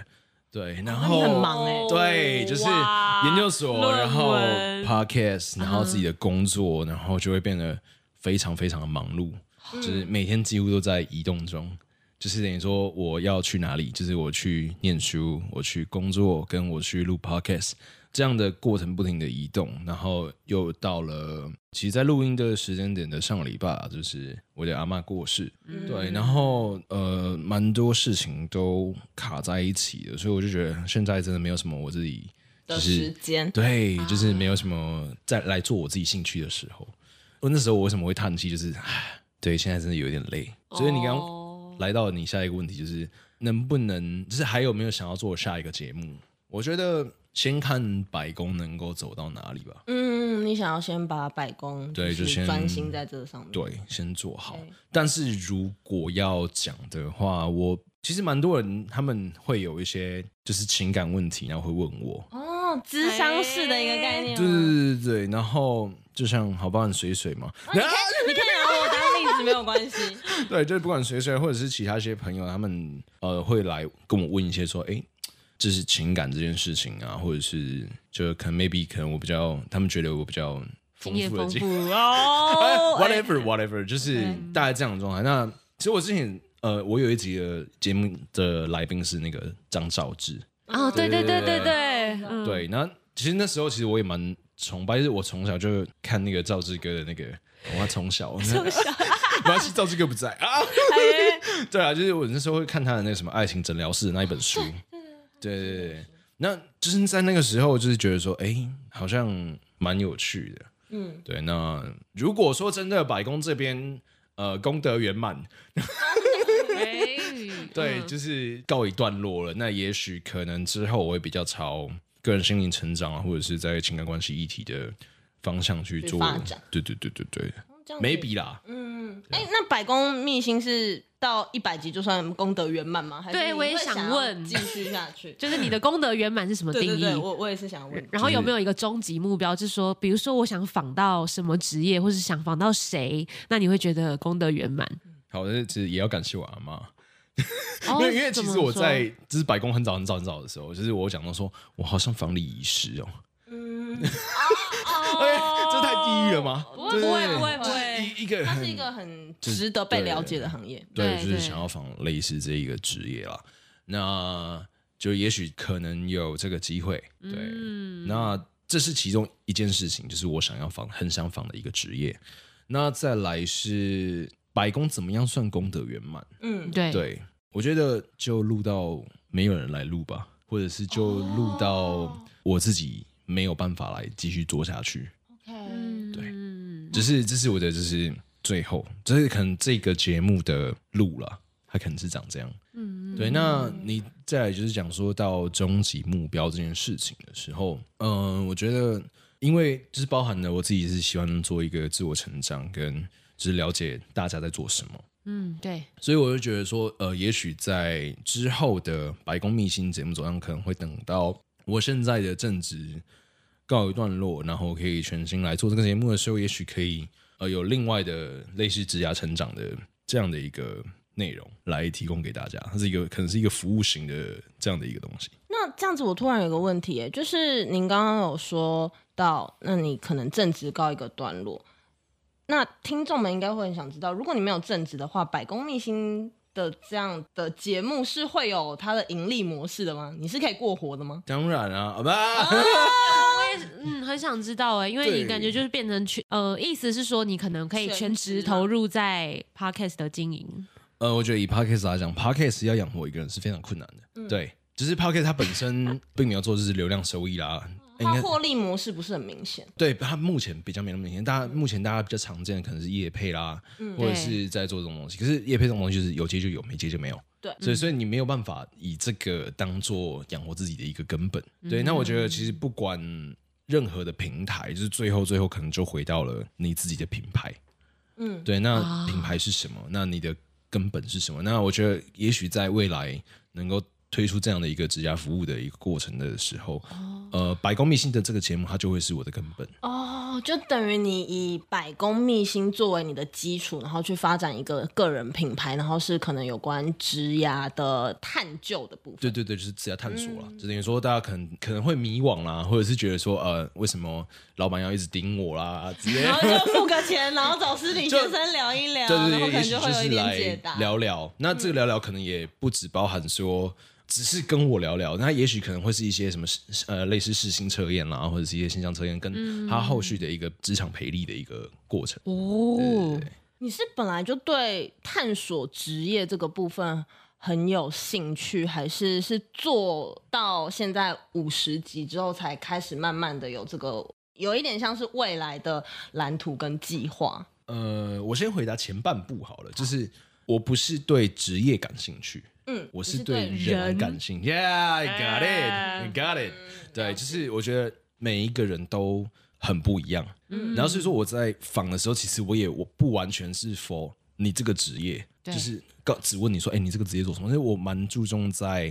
对，然
那
后、
你很忙欸
对，就是
哇
研究所，
论
然后
文
podcast，然后自己的工作，然后就会变得非常非常的忙碌，
嗯
就是每天几乎都在移动中。就是等于说我要去哪里，就是我去念书，我去工作，跟我去录 podcast 这样的过程不停的移动，然后又到了，其实，在录音的时间点的上个礼拜，啊就是我的阿嬷过世，
嗯
对，然后呃，蛮多事情都卡在一起的，所以我就觉得现在真的没有什么我自己就
的
是
时间，
对，就是没有什么再来做我自己兴趣的时候。我那时候我为什么会叹气？就是，唉对，现在真的有一点累。所以你刚
哦
来到你下一个问题，就是能不能，就是还有没有想要做下一个节目？我觉得先看白宫能够走到哪里吧。
嗯，你想要先把百工
对
就
就是先
专心在这上面，
对，先做好
对。
但是如果要讲的话，我其实蛮多人他们会有一些就是情感问题，然后会问我，
嗯
哦，智商式的一个概念
对
吗，
对对对，然后就像好不管水水嘛，
哦
你可以拿我当例子没有关系，
(laughs) 对，就是不管谁谁，或者是其他一些朋友，他们呃会来跟我问一些说，哎，就是情感这件事情啊，或者是就可能 maybe 可能我比较，他们觉得我比较丰
经验
富的
丰
经
富
(laughs)
哦
whatever whatever，就是大概这样的状态。那其实我之前呃，我有一集的节目的来宾是那个张兆志，
啊，对对对对对，嗯，
对，那其实那时候其实我也蛮崇拜，就是我从小就看那个赵志哥的那个， (laughs) 我从小从 (laughs) 小，没关系，赵志哥不在啊， (laughs) 对啊，就是我那时候会看他的那个什么《爱情诊疗室》那一本 (laughs) 书，对对对对，那就是在那个时候就是觉得说，哎、好像蛮有趣的，嗯，对。那如果说真的百工这边呃功德圆满，
哎
对，
嗯
就是告一段落了。那也许可能之后我会比较朝个人心灵成长啊，或者是在情感关系议题的方向去做
去发展。
对对对对对
这样
(laughs)
子
，maybe 啦。
嗯，哎、那百工秘辛是到一百集就算功德圆满吗？还是
对
你
我也
会
想
要
问。
继续下去
就是你的功德圆满是什么
(laughs) 对
定
对
义
对，？我我也是想问。
然后有没有一个终极目标？就是说，比如说我想仿到什么职业，或是想仿到谁，那你会觉得功德圆满？
好，但是其实也要感谢我阿妈，
哦
因为因为其
怎么
实我
说
在就是白宫很早很早很早的时候，就是我讲到说我好像房里遗失哦，
嗯，
哎， (laughs) 这太地狱了吗？
不
对
会不会
对
不会
对
不会
就是一一个
它
很
是一个很值得被了解的行业。
对，
对
就是
对
想要仿类似这一个职业啦。那就也许可能有这个机会，对。
嗯
那这是其中一件事情，就是我想要仿、很想仿的一个职业。那再来是白宫怎么样算功德圆满？
嗯，
对
对我觉得就录到没有人来录吧，或者是就录
哦
到我自己没有办法来继续做下去。
，OK，
嗯
对
对，
只是这是我的，就是最后，就是可能这个节目的路了，它可能是长这样。
嗯，
对，那你再来就是讲说到终极目标这件事情的时候，嗯、我觉得因为就是包含了我自己是希望做一个自我成长，跟就是了解大家在做什么，
嗯，对，
所以我就觉得说，呃，也许在之后的白宫秘辛节目走向，可能会等到我现在的正职告一段落，然后可以全心来做这个节目的时候，也许可以呃有另外的类似职涯成长的这样的一个内容来提供给大家，它是一个可能是一个服务型的这样的一个东西。
那这样子，我突然有个问题耶，就是您刚刚有说到，那你可能正职告一个段落，那听众们应该会很想知道，如果你没有正职的话，百工秘辛的这样的节目是会有它的盈利模式的吗？你是可以过活的吗？
当然啊，好吧，
我也是嗯很想知道哎、因为
对
你感觉就是变成全呃，意思是说你可能可以全
全职
职
啊
投入在 podcast 的经营，
(laughs) 呃，我觉得以 podcast 来讲，podcast 要养活一个人是非常困难的，
嗯
对，就是 podcast 它本身并没有做就是流量收益啦。哎应
它
该
获利模式不是很明显。
对，它目前比较没那么明显。大家目前大家比较常见的可能是业配啦，或者是在做这种东西。可是业配这种东西就是有接就有，没接就没有。
对
所以所以你没有办法以这个当做养活自己的一个根本。对，那我觉得其实不管任何的平台，就是最后最后可能就回到了你自己的品牌。
嗯，
对，那
啊
品牌是什么？那你的根本是什么？那我觉得，也许在未来能够推出这样的一个职涯服务的一个过程的时候，呃，百工秘信的这个节目，它就会是我的根本。
哦，就等于你以百工秘辛作为你的基础，然后去发展一个个人品牌，然后是可能有关职涯的探究的部分。
对对对，就是自家探索啦。
嗯
就等于说，大家可能可能会迷惘啦，或者是觉得说，呃，为什么老板要一直盯我啦啊之类
(laughs) 然后
的。
就付个钱，然后找司理
就
先生聊一聊，
对
然
对
后
对，
可
也
能
许
会
就
有一
是
点
来
解答。嗯
聊聊。那这个聊聊可能也不只包含说，只是跟我聊聊，那也许可能会是一些什么呃类似试心测验啦，或者是一些形象测验，
嗯
跟他后续的一个职场培力的一个过程。
哦，
你是本来就对探索职业这个部分很有兴趣，还是是做到现在五十集之后才开始慢慢的有这个，有一点像是未来的蓝图跟计划？
呃，我先回答前半部好了，就是我不是对职业感兴趣，
嗯，
我
你
是
是
对
对
人
人
感兴趣。Yeah，I got it，I
哎
got it。对，就是我觉得每一个人都很不一样。
嗯
然后所以说我在访的时候，其实我也我不完全是否你这个职业，就
对
是告只问你说，哎，你这个职业做什么？所以我蛮注重在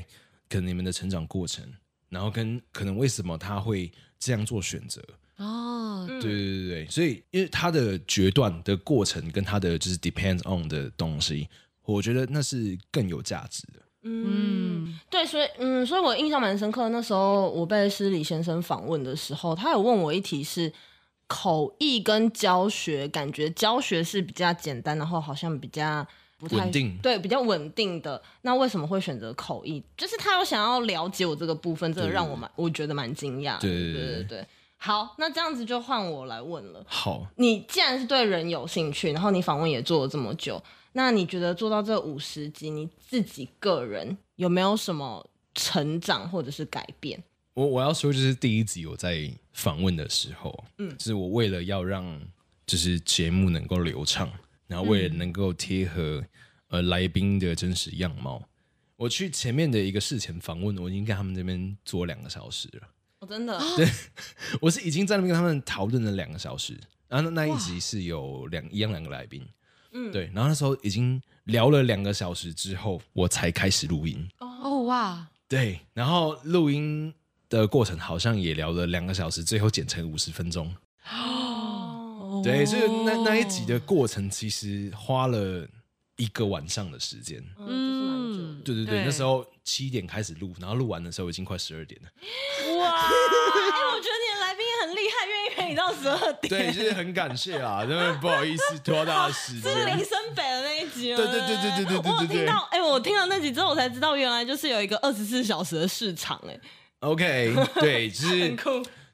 可能你们的成长过程，然后跟可能为什么他会这样做选择。
哦，
嗯
对对对对，所以因为他的决断的过程跟他的就是 depends on 的东西，我觉得那是更有价值的。
嗯，对，所以嗯，所以我印象蛮深刻。那时候我被施礼先生访问的时候，他有问我一题是口译跟教学，感觉教学是比较简单，然后好像比较不太
稳定
对，比较稳定的。那为什么会选择口译？就是他有想要了解我这个部分，这个
对
让我蛮我觉得蛮惊讶的。
对
对
对对
对对。好，那这样子就换我来问了。
好，
你既然是对人有兴趣，然后你访问也做了这么久，那你觉得做到这五十集，你自己个人有没有什么成长或者是改变？
我我要说，就是第一集我在访问的时候，嗯
嗯，
就是我为了要让就是节目能够流畅，然后为了能够贴合呃来宾的真实样貌，我去前面的一个事前访问，我已经跟他们这边做两个小时了，
我、哦真的，啊
我是已经在那边跟他们讨论了两个小时，然后那那一集是有两一样两个来宾，嗯，对，然后那时候已经聊了两个小时之后，我才开始录音，
哦哇，
对，然后录音的过程好像也聊了两个小时，最后剪成五十分钟。
哦，
对，所以那那一集的过程其实花了一个晚上的时间。
嗯，就是
对对
蛮久的
对，
对
那时候七点开始录，然后录完的时候已经快十二点了。
哦
哇，
(laughs)
哎、我觉得你的来宾也很厉害，愿意陪你到十二点，
对，就是很感谢啊，真的不好意思拖大家的
(laughs)
时
这是林
间。
森北的那一集吗
对对对对对对对对
我有听到，哎、我听了那集之后，我才知道原来就是有一个二十四小时的市场、
OK，对，就
哎，
是
很酷，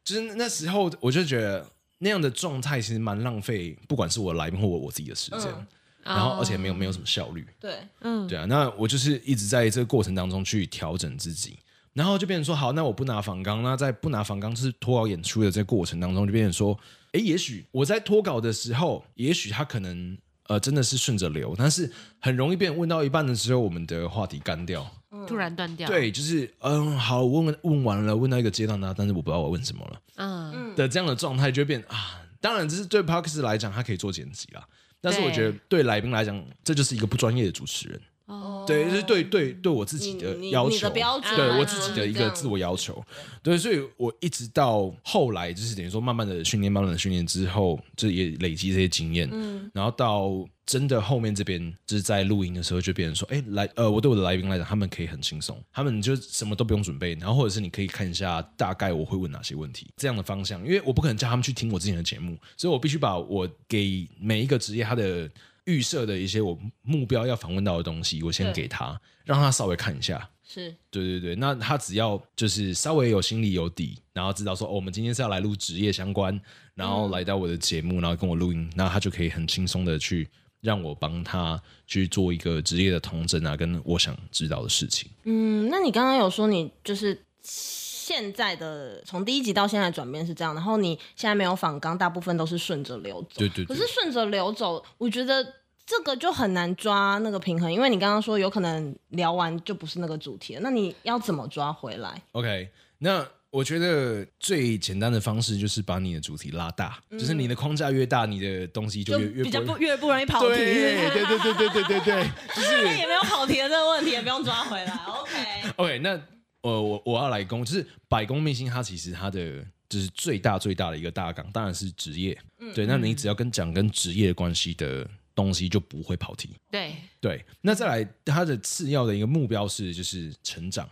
就是那时候我就觉得那样的状态其实蛮浪费，不管是我来宾或我我自己的时间，
嗯
然后而且
哦
没有没有什么效率。
对，
嗯，
对啊，那我就是一直在这个过程当中去调整自己，然后就变成说，好，那我不拿仿纲，那在不拿仿纲就是脱稿演出的这个过程当中，就变成说，诶，也许我在脱稿的时候，也许他可能呃真的是顺着流，但是很容易变问到一半的时候，我们的话题干掉。
突然断掉，，
对，就是嗯，好，我问问完了，问到一个阶段呢，但是我不知道我问什么了。
嗯，
嗯，
的这样的状态就会变啊。当然，这是对 Parks 来讲，他可以做剪辑啦。但是
对
我觉得对来宾来讲，这就是一个不专业的主持人。
嗯
哦
对，就是对对对我自己的
你你
要
你
求，
的标准
对
啊
我自己的一
这
个
样
自我要求。对，所以我一直到后来，就是等于说慢慢的训练，慢慢的训练之后，就也累积这些经验。
嗯
然后到真的后面这边，就是在录音的时候，就变成说，哎，来，呃，我对我的来宾来讲，他们可以很轻松，他们就什么都不用准备，然后或者是你可以看一下大概我会问哪些问题，这样的方向，因为我不可能叫他们去听我之前的节目，所以我必须把我给每一个职业他的预设的一些我目标要访问到的东西，我先
对
给他，让他稍微看一下。
是，
对对对，那他只要就是稍微有心里有底，然后知道说、哦、我们今天是要来录职业相关，然后来到我的节目，然后跟我录音，那他就可以很轻松的去让我帮他去做一个职业的童整啊，跟我想知道的事情。
嗯，那你刚刚有说你就是现在的从第一集到现在的转变是这样，然后你现在没有仿纲，大部分都是顺着流走。
对对
可
对
是，顺着流走，我觉得这个就很难抓那个平衡，因为你刚刚说有可能聊完就不是那个主题了，那你要怎么抓回来？
OK，那我觉得最简单的方式就是把你的主题拉大，就是你的框架越大，你的东西就越越
比较
会
不越不容易跑题，
对对对
(laughs)
对对对对对，就
那
是
也没有跑题的这个问题，也不用抓回来。OK，
OK，那呃，我我要来攻，就是百工秘辛，它其实它的就是最大最大的一个大纲，当然是职业。对，那你只要跟讲跟职业关系的东西，就不会跑题。
对，
对，那再来，它的次要的一个目标是就是成长，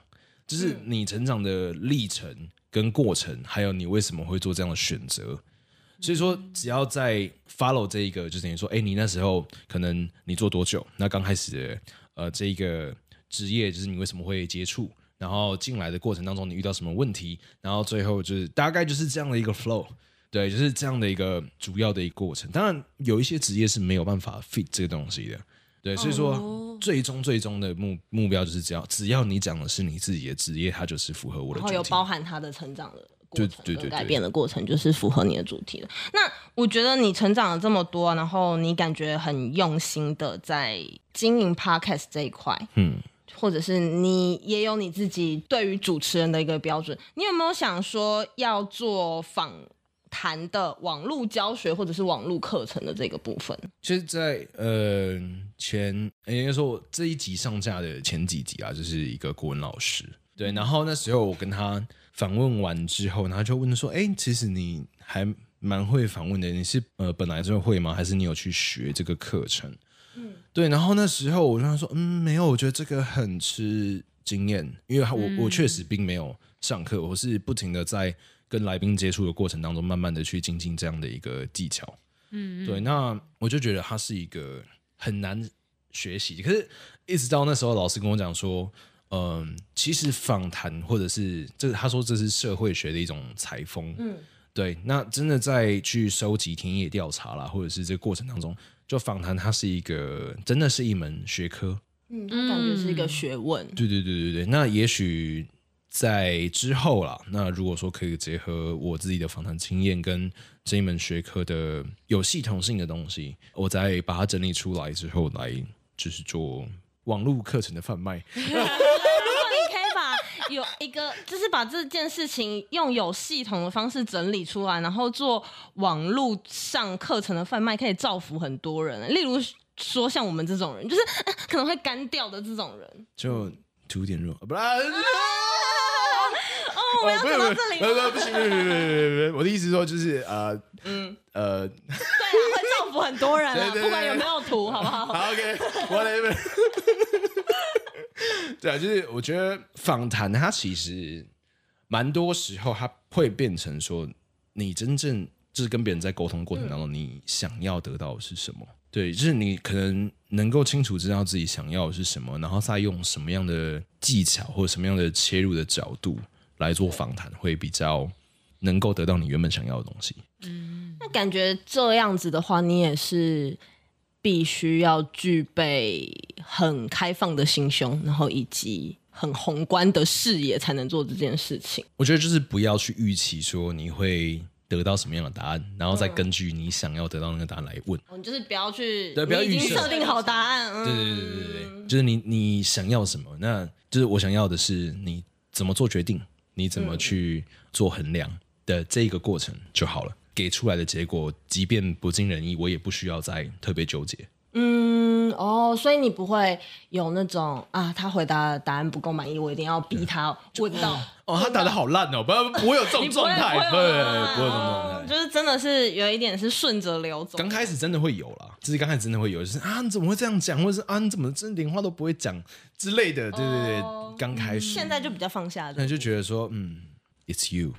就是你成长的历程跟过程，还有你为什么会做这样的选择。所以说，只要在 follow 这一个，就等于说，哎，你那时候可能你做多久？那刚开始的呃这一个职业，就是你为什么会接触？然后进来的过程当中，你遇到什么问题？然后最后就是大概就是这样的一个 flow。对，就是这样的一个主要的一个过程。当然，有一些职业是没有办法 fit 这个东西的。对，所以说
哦
最终最终的目目标就是，只要只要你讲的是你自己的职业，它就是符合我的
然
主
后
题。
有包含他的成长的过
对
程
对对
跟改
对
变的过程，就是符合你的主题的。那我觉得你成长了这么多，然后你感觉很用心的在经营 podcast 这一块，
嗯，
或者是你也有你自己对于主持人的一个标准，你有没有想说要做访谈的网络教学或者是网络课程的这个部分？
其实在，呃前，呃应该说我这一集上架的前几集啊，就是一个国文老师，对，然后那时候我跟他访问完之后，然后他就问说，哎，其实你还蛮会访问的，你是呃本来就会吗？还是你有去学这个课程？嗯，对，然后那时候我就跟他说，嗯，没有，我觉得这个很吃经验，因为他我、我确实并没有上课，我是不停的在跟来宾接触的过程当中，慢慢的去精进这样的一个技巧。
嗯
对，那我就觉得它是一个很难学习。可是，一直到那时候，老师跟我讲说，嗯，其实访谈或者是这，他说这是社会学的一种采风。嗯，对。那真的在去收集田野调查啦，或者是这个过程当中，就访谈它是一个真的是一门学科。
嗯，
它
感
感
觉
觉
是
是
一
一
个
个
学问。
对对对对对，那也许在之后啦，那如果说可以结合我自己的访谈经验跟这一门学科的有系统性的东西，我再把它整理出来之后，来就是做网络课程的贩卖。
如果你可以把有一个，就是把这件事情用有系统的方式整理出来，然后做网络上课程的贩卖，可以造福很多人。例如说，像我们这种人，就是呃可能会干掉的这种人。
就涂点肉，啊不啦。
哦，我要
不是
走
不
到
是
这里
不
吗？
是不是不行，不行不行不行不行我的意思是说就是呃，嗯呃，
对啊，会造福很多人啊，
对对对
不管有没有图，好不好？
好，OK，whatever。对啊，就是我觉得访谈它其实蛮多时候它会变成说，你真正就是跟别人在沟通过程当中，你想要得到的是什么？对，就是你可能能够清楚知道自己想要的是什么，然后再用什么样的技巧或者什么样的切入的角度来做访谈，会比较能够得到你原本想要的东西。
(laughs) 那感觉这样子的话，你也是必须要具备很开放的心胸，然后以及很宏观的视野，才能做这件事情。
我觉得就是不要去预期说你会得到什么样的答案，然后再根据你想要得到那个答案来问。
哦，你就是不要去，
对不要
你已
预
经
设
设定好答案。嗯、
对对对对对对，就是你你想要什么？那就是我想要的是你怎么做决定，你怎么去做衡量的这一个过程就好了。给出来的结果，即便不尽人意，我也不需要再特别纠结。
嗯，哦，所以你不会有那种啊，他回答的答案不够满意，我一定要逼他问到。
哦，他打的好烂哦，不要不会有这
(laughs) 你
种
不
状
会
态，
不
不
会
会
有
不会有这
那种
种状
嗯
态。
就是真的是有一点是顺着流走。
刚开始真的会有啦，就是刚开始真的会有，就是啊，你怎么会这样讲，或者是啊，你怎么真连话都不会讲之类的，对对
哦
对，刚开始。
现在就比较放下了。
那就觉得说，嗯，It's you，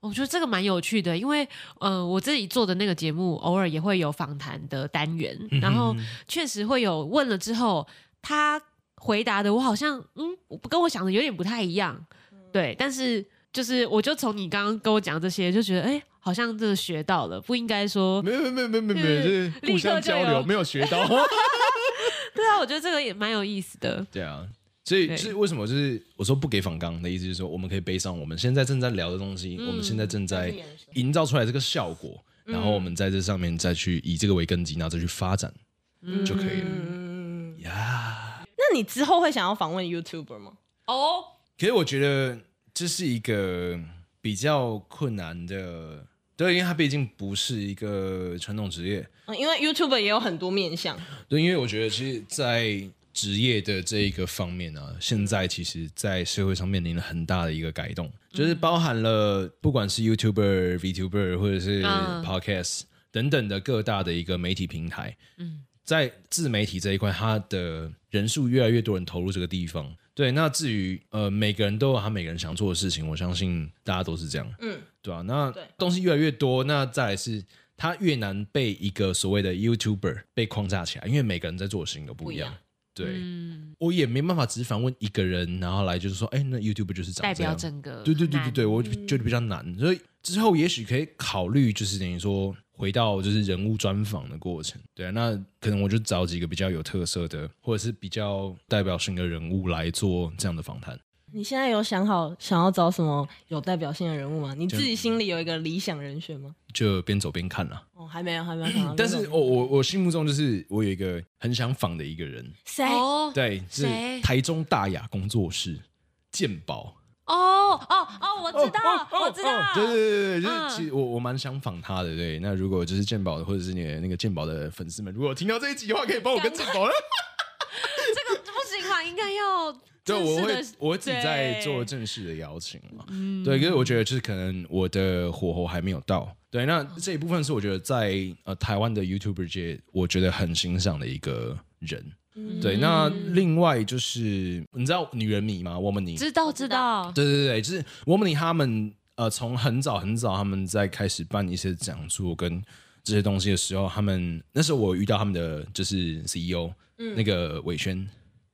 我觉得这个蛮有趣的，因为呃，我自己做的那个节目偶尔也会有访谈的单元，
嗯
然后确实会有问了之后，他回答的我好像嗯，我跟我想的有点不太一样，对，但是就是我就从你刚刚跟我讲这些，就觉得哎、好像真的学到了，不应该说
没有没有没有没有没有，
嗯
就是互相交
立刻就
流，
有
没有学到。
对啊，我觉得这个也蛮有意思的，
对啊，所以
对
所以为什么就是我说不给反纲的意思，就是说我们可以背上我们现在正在聊的东西，我们现在正在
延伸
营造出来这个效果，然后我们在这上面再去以这个为根基，然后再去发展
嗯
就可以了
嗯，
呀。
那你之后会想要访问 YouTuber 吗？
哦，
可是我觉得这是一个比较困难的，对，因为它毕竟不是一个传统职业，
嗯，因为 YouTuber 也有很多面向，
对，因为我觉得其实，在职业的这一个方面啊，现在其实，在社会上面临了很大的一个改动，就是包含了不管是 YouTuber、VTuber 或者是
嗯
Podcast 等等的各大的一个媒体平台，
嗯
在自媒体这一块，它的人数越来越多人投入这个地方。对，那至于呃，每个人都有他每个人想做的事情，我相信大家都是这样。
嗯，
对啊，那
对
东西越来越多，那再来是它越难被一个所谓的 YouTuber 被框架起来，因为每个人在做的事情都不一样。
不一样
对、
嗯，
我也没办法只访问一个人，然后来就是说，哎，那 YouTuber 就是长
代
这
表
样。
整个，
对对对对对，，我就觉得比较难，所以之后也许可以考虑，就是等于说回到就是人物专访的过程。对啊，那可能我就找几个比较有特色的，或者是比较代表性的人物来做这样的访谈。
你现在有想好想要找什么有代表性的人物吗？你自己心里有一个理想人选吗？
就边走边看啦、
哦，还没有，还没有想到。
嗯但是我我我心目中就是我有一个很想访的一个人，
谁？
哦，
对，是
谁
台中大雅工作室鉴宝，
哦哦哦，我知道，我知道，
对对对对，哦就
啊嗯
是其实我我蛮想访他的，对。那如果就是鉴宝的或者是你的那个鉴宝的粉丝们，如果听到这一集的话，可以帮我跟鉴宝了。
这个不行啦，应该要
对，
正式
我会
的
我自己在
对嗯
做正式的邀请嘛。对，可是我觉得就是可能我的火候还没有到。对，那
哦
这一部分是我觉得在呃台湾的 YouTuber 界，我觉得很欣赏的一个人。
嗯
对，那另外就是你知道女人迷吗？我们你
嗯知道知道，
对对对，就是我们你他们呃，从很早很早他们在开始办一些讲座跟这些东西的时候，他们那时候我有遇到他们的就是 CEO，、那个伟轩，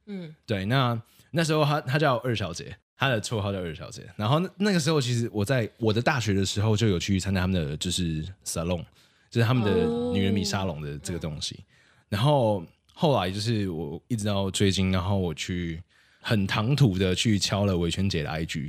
嗯，
对，那那时候她她叫二小姐，她的绰号叫二小姐。然后那那个时候，其实我在我的大学的时候就有去参加他们的就是 salon，就是他们的女人迷沙龙的这个东西。然后后来就是我一直到最近，然后我去很唐突的去敲了维权姐的 IG。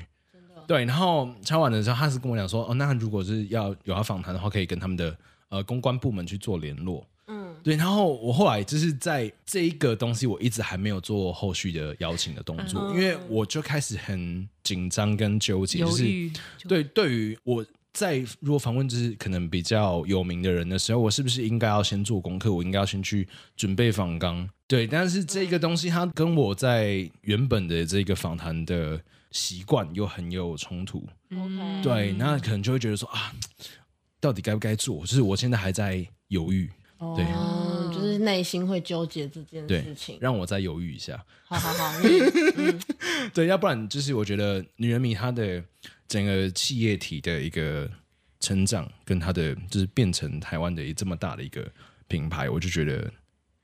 对，然后敲完的时候，她是跟我讲说，哦，那如果是要有要访谈的话，可以跟他们的呃公关部门去做联络。
嗯，
对，然后我后来就是在这一个东西，我一直还没有做后续的邀请的动作，
嗯
因为我就开始很紧张跟纠结，就
犹
是
豫，
对对于我在如果访问就是可能比较有名的人的时候，我是不是应该要先做功课？我应该要先去准备访纲？对，但是这个东西它跟我在原本的这个访谈的习惯又很有冲突，
嗯
对，那可能就会觉得说啊，到底该不该做？就是我现在还在犹豫。对，
哦，就是内心会纠结这件
对
事 (laughs) 情。
让我再犹豫一下。
好好好， (laughs) 嗯
对，要不然就是我觉得女人迷她的整个企业体的一个成长，跟她的就是变成台湾的一这么大的一个品牌，我就觉得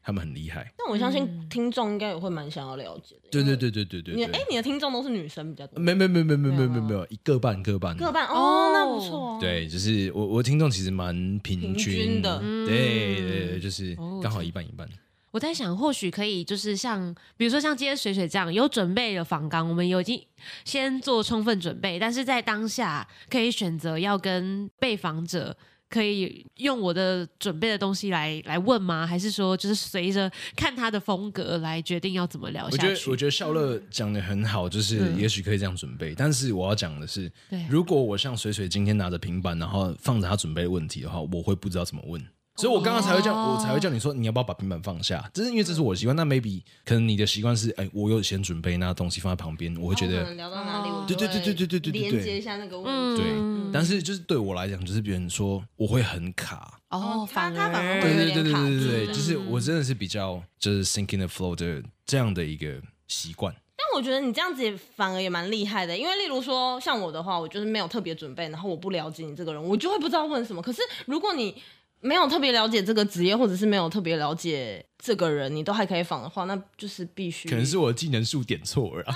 他们很厉害。
但我相信听众应该也会蛮想要了解的。
对对对对对对
你
对。
哎，你的听众都是女生比较多，
没没没没没没没没有一个半各半
各半哦
哦，
那不错哦。
对，就是我我听众其实蛮平
平均的
对对对，就是
哦
刚好一半一半。
我在想，或许可以就是像，比如说像今天水水这样有准备的访纲，我们有已经先做充分准备，但是在当下可以选择要跟被访者。可以用我的准备的东西来来问吗？还是说就是随着看他的风格来决定要怎么聊
我
下
觉
去？
得我觉得笑乐讲的很好，就是
嗯
也许可以这样准备，但是我要讲的是
对，
(laughs) 如果我像水水今天拿着平板，然后放着他准备的问题的话，我会不知道怎么问。所以我刚刚才会叫、
哦
我才会叫你说你要不要把平板放下，这是因为这是我的习惯。
嗯
那 maybe 可能你的习惯是，哎，我有先准备，那东西放在旁边，我会觉
然后
得
可能聊到哪里，我
哦
就
对对对对对对对对
会连接一下那个问题。
对
嗯。
但是就是对我来讲，就是别人说我会很卡，
哦，
他
反
他反而
而
会
对
有
对对
点
对
卡
对
住
对
这
对，
样
就是我真的是比较就是 thinking the flow 的这样的一个习惯。
但我觉得你这样子也反而也蛮厉害的，因为例如说像我的话，我就是没有特别准备，然后我不了解你这个人，我就会不知道问什么。可是如果你没有特别了解这个职业，或者是没有特别了解这个人，你都还可以仿的话，那就是必须。
可能是我的技能数点错了啊。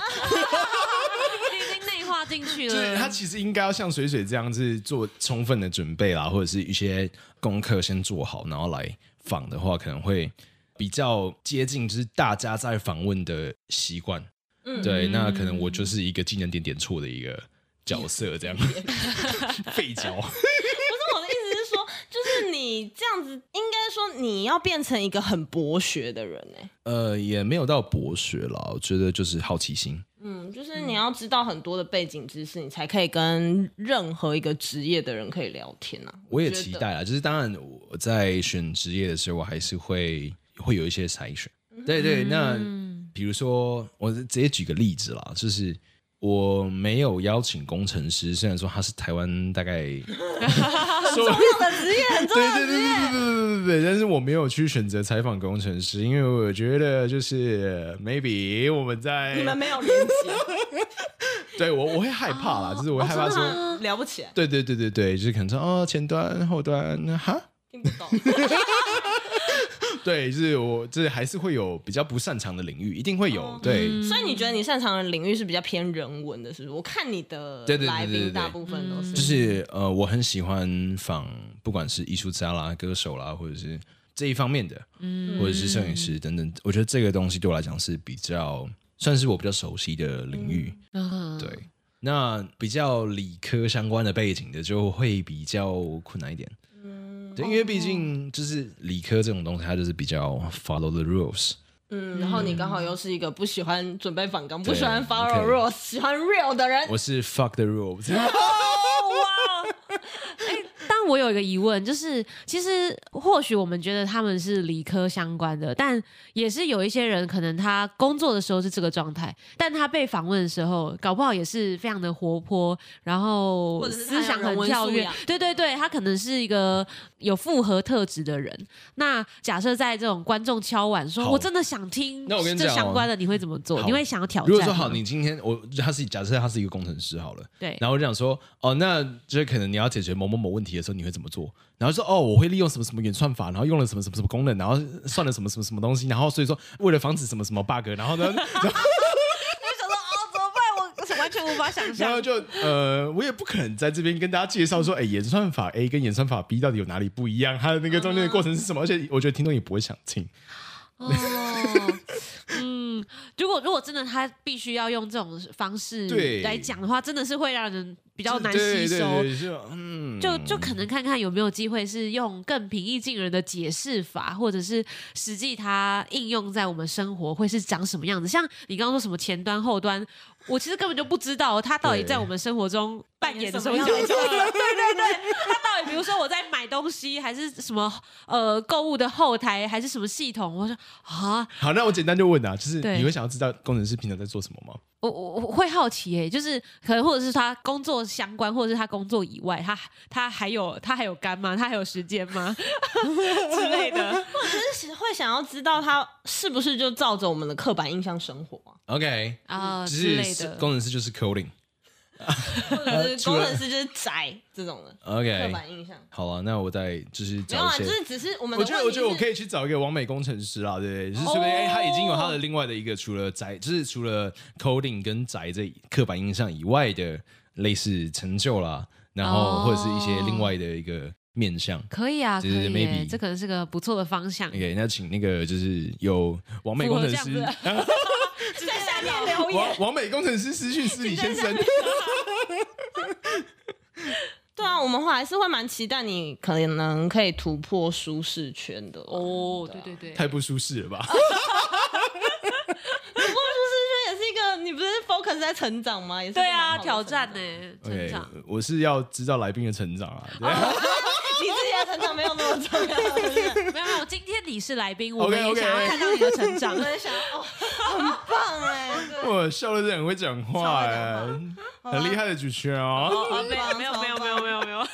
已经内化进去
就是他
了。
其实应该要像水水这样子做充分的准备啦，或者是一些功课先做好，然后来访的话，可能会比较接近就是大家在访问的习惯。
嗯
对，那可能我就是一个技能点点错的一个角色，这样废角。
不是我的意思是说，就是 (laughs) 你这样子，应该说你要变成一个很博学的人哎、
呃，也没有到博学啦，我觉得就是好奇心。
嗯，就是你要知道很多的背景知识，你才可以跟任何一个职业的人可以聊天啊。
我也
觉得
期待啦，就是当然我在选职业的时候，我还是会会有一些筛选。对对，那
嗯
比如说，我直接举个例子啦，就是我没有邀请工程师，虽然说他是台湾大概说
这样的职业 (laughs) 很重
对
要
对对对对对对对，但是我没有去选择采访工程师，因为我觉得就是呃 maybe 我们在
你们没有连接，
对我我会害怕
哦
啦，就是我会害怕 (laughs) 说，
啊聊不起来，
对对对对对，就是可能说哦前端后端哈，
听不懂。
对，就是我这还是会有比较不擅长的领域，一定会有，
哦
对、
所以你觉得你擅长的领域是比较偏人文的，是不是？我看你的
对对对
来
对对
宾
对
大部分都嗯是，
就是呃，我很喜欢仿，不管是艺术家啦、歌手啦，或者是这一方面的，嗯，或者是摄影师等等，我觉得这个东西对我来讲是比较算是我比较熟悉的领域。
嗯，
对，那比较理科相关的背景的就会比较困难一点。
嗯
对，因为
哦
毕竟就是理科这种东西，它就是比较 follow the rules。
嗯，然后你刚好又是一个不喜欢准备反纲、不
对
喜欢 follow
你可以
rules、喜欢 real 的人。
我是 fuck the
(laughs)
rules。
啊但我有一个疑问，就是其实或许我们觉得他们是理科相关的，但也是有一些人可能他工作的时候是这个状态，但他被访问的时候，搞不好也是非常的活泼，然后 (laughs)
或者是他有
思想
人
很
文
跳
素
跃
养。
对对对，他可能是一个有复合特质的人。那假设在这种观众敲碗说
好
我真的想听
那我跟你
这
讲哦
相关的，你会怎么做？
好
你会想要挑战吗？
如果说好，你今天我他是假设他是一个工程师好了，
对
然后我就想说哦，那就是可能你要解决某某某问题的时候，你会怎么做？然后说哦，我会利用什么什么演算法，然后用了什么什么什么功能，然后算了什么什么什么东西，然后所以说为了防止什么什么 bug，然后
(laughs)
呢，
想说哦怎么办？我完全无法想
然后就呃，我也不可能在这边跟大家介绍说，哎，演算法 A 跟演算法 B 到底有哪里不一样，它的那个中间的过程是
嗯
什么？而且我觉得听众也不会想听。
哦，嗯，如果如果真的他必须要用这种方式
对
来讲的话，真的是会让人
比
比较难吸收。
嗯，
就就可能看看有没有机会是用更平易近人的解释法，或者是实际它应用在我们生活会是长什么样子。像你刚刚说什么前端后端，我其实根本就不知道它到底
对
在我们生活中扮演的什么角
扮
色。
演
对
什么样
对对，它到底比如说我在买东西，还是什么呃购物的后台，还是什么系统？我说啊，
好，那我简单就问啊，就是
对
你会想要知道工程师平常在做什么吗？
我我我会好奇耶、就是可能或者是他工作相关，或者是他工作以外，他他还有他还有干吗？他还有时间吗 (laughs) 之类的？
就是会想要知道他是不是就照着我们的刻板印象生活、啊，
OK，
啊、之
只
类
是
的。
工程师就是 coding。
(laughs) 或者是
呃除
工
了
程师就是宅这种的刻
OK，
板印象。
好了，那我再就是
没有
找一
啊，
些
就。是只是我们的
我觉得，我
问题
觉得我
是哦
可以去找一个完美工程师啦，对不对？就是说不定哎他已经有他的另外的一个，除了宅，就是除了 coding 跟宅这刻板印象以外的类似成就啦，然后
哦
或者是一些另外的一个面向。
可以啊，可
就
以
是
耶、
maybe
这可能是个不错的方向。
OK，那请那个就是有完美工程
符
哦
师
合，
(laughs)
在下面留言。
完完美工程师私讯是李先
(laughs)
生。
对啊，我们还是会蛮期待你可能可以突破舒适圈的哦。
哦，对对对，
太不舒适了吧？
这也是一个，你不是 focus 在成长吗？也是
对啊，挑战呢、
呢、
成
OK，
长。
我是要知道来宾的成长啊。对
哦你自己的成长没有那么重要。是不是
没有，没有，今天你是来宾，我们
OK，OK，
也想要
OK
看到你的成长
(laughs)
我。在想，哦，很棒哎、对
(laughs) 我笑的是很会讲话哎、很厉害的主持人哦。
哦没有没有没有没有没有没
(laughs)
有。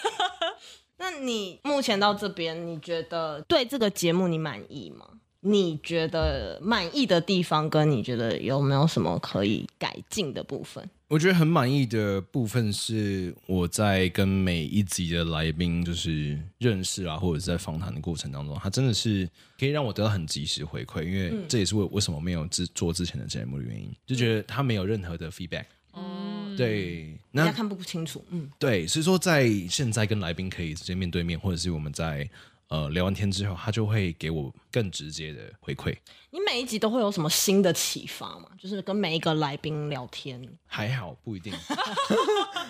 那你目前到这边，你觉得对这个节目你满意吗？你觉得满意的地方，跟你觉得有没有什么可以改进的部分？
我觉得很满意的部分是我在跟每一集的来宾就是认识啊，或者是在访谈的过程当中，他真的是可以让我得到很及时回馈，因为这也是我为什么没有制做之前的节目的原因，就觉得他没有任何的 feedback。
嗯，
对，
大
那
家看不清楚，嗯，
对，所以说在现在跟来宾可以直接面对面，或者是我们在呃聊完天之后，他就会给我更直接的回馈。
你每一集都会有什么新的启发吗？就是跟每一个来宾聊天，
还好，不一定，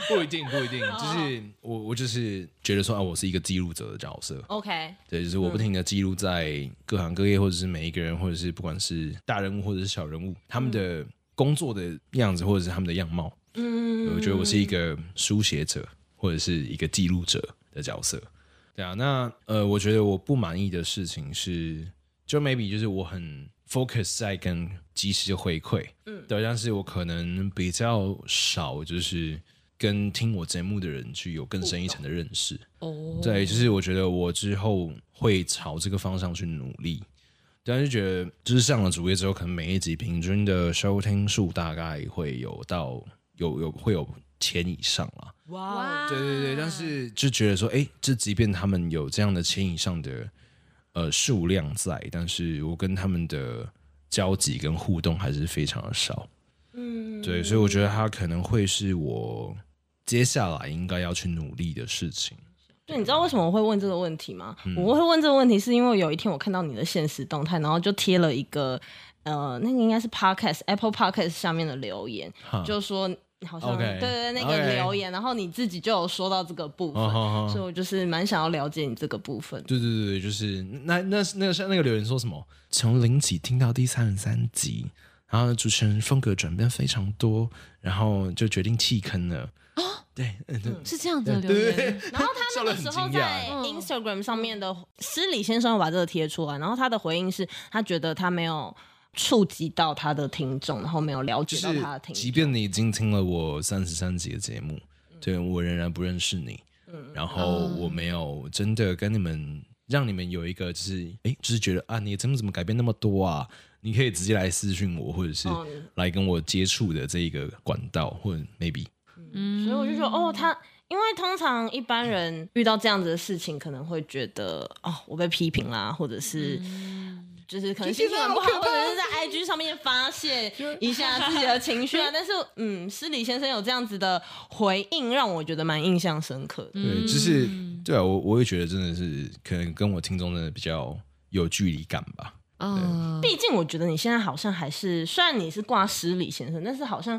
不一定，不一定，就是我我就是觉得说啊，我是一个记录者的角色。
OK，
对，就是
嗯
我不停的记录在各行各业，或者是每一个人，或者是不管是大人物或者是小人物，他们的工作的样子，或者是他们的样貌。
嗯，
我觉得我是一个书写者或者是一个记录者的角色。对啊，那呃，我觉得我不满意的事情是，就 maybe 就是我很 focus 在跟及时回馈，嗯，对，但是我可能比较少就是跟听我节目的人去有更深一层的认识。
哦，
对，就是我觉得我之后会朝这个方向去努力。但是觉得，就是上了主页之后，可能每一集平均的收听数大概会有到有有会有千以上啦。
哇，
对对对，但是就觉得说，哎，这即便他们有这样的千以上的呃数量在，但是我跟他们的交集跟互动还是非常的少。
嗯，
对，所以我觉得它可能会是我接下来应该要去努力的事情。
对，你知道为什么我会问这个问题吗？
嗯
我会问这个问题，是因为有一天我看到你的现实动态，然后就贴了一个呃，那个应该是 Podcast Apple Podcast 下面的留言，
哈
就说好像
OK
对对对那个
OK
留言然后你自己就有说到这个部分
哦好好
所以我就是蛮想要了解你这个部分。
对对对对，就是那那那个像那个留言说什么，从零几听到第三十三集，然后主持人风格转变非常多，然后就决定弃坑了。啊，对，嗯对
是这样子的
对
留
对
言
对，
然后他
笑得
那个
很
时
惊
候在
讶。
嗯
Instagram 上面的施礼先生有把这个贴出来，然后他的回应是他觉得他没有触及到他的听众，然后没有了
就
解到
是
他的听众。
即便你已经听了我三十三集的节目，对我仍然不认识你，然后
嗯
我没有真的跟你们让你们有一个就是哎，就是觉得啊，你的节目怎么改变那么多啊？你可以直接来私讯我，或者是
哦
来跟我接触的这一个管道，或者 maybe
嗯
所以我就觉得，哦，他因为通常一般人遇到这样子的事情，可能会觉得，哦，我被批评啦，或者是。嗯就是可能啊心情很不好，或者是在 IG 上面发泄一下自己的情 (laughs) 绪啊。但是，嗯，施礼先生有这样子的回应，让我觉得蛮印象深刻的。
对，就是
嗯
嗯
对啊，我我也觉得真的是可能跟我听众真的比较有距离感吧。
嗯，
毕竟，我觉得你现在好像还是，虽然你是挂施礼先生，但是好像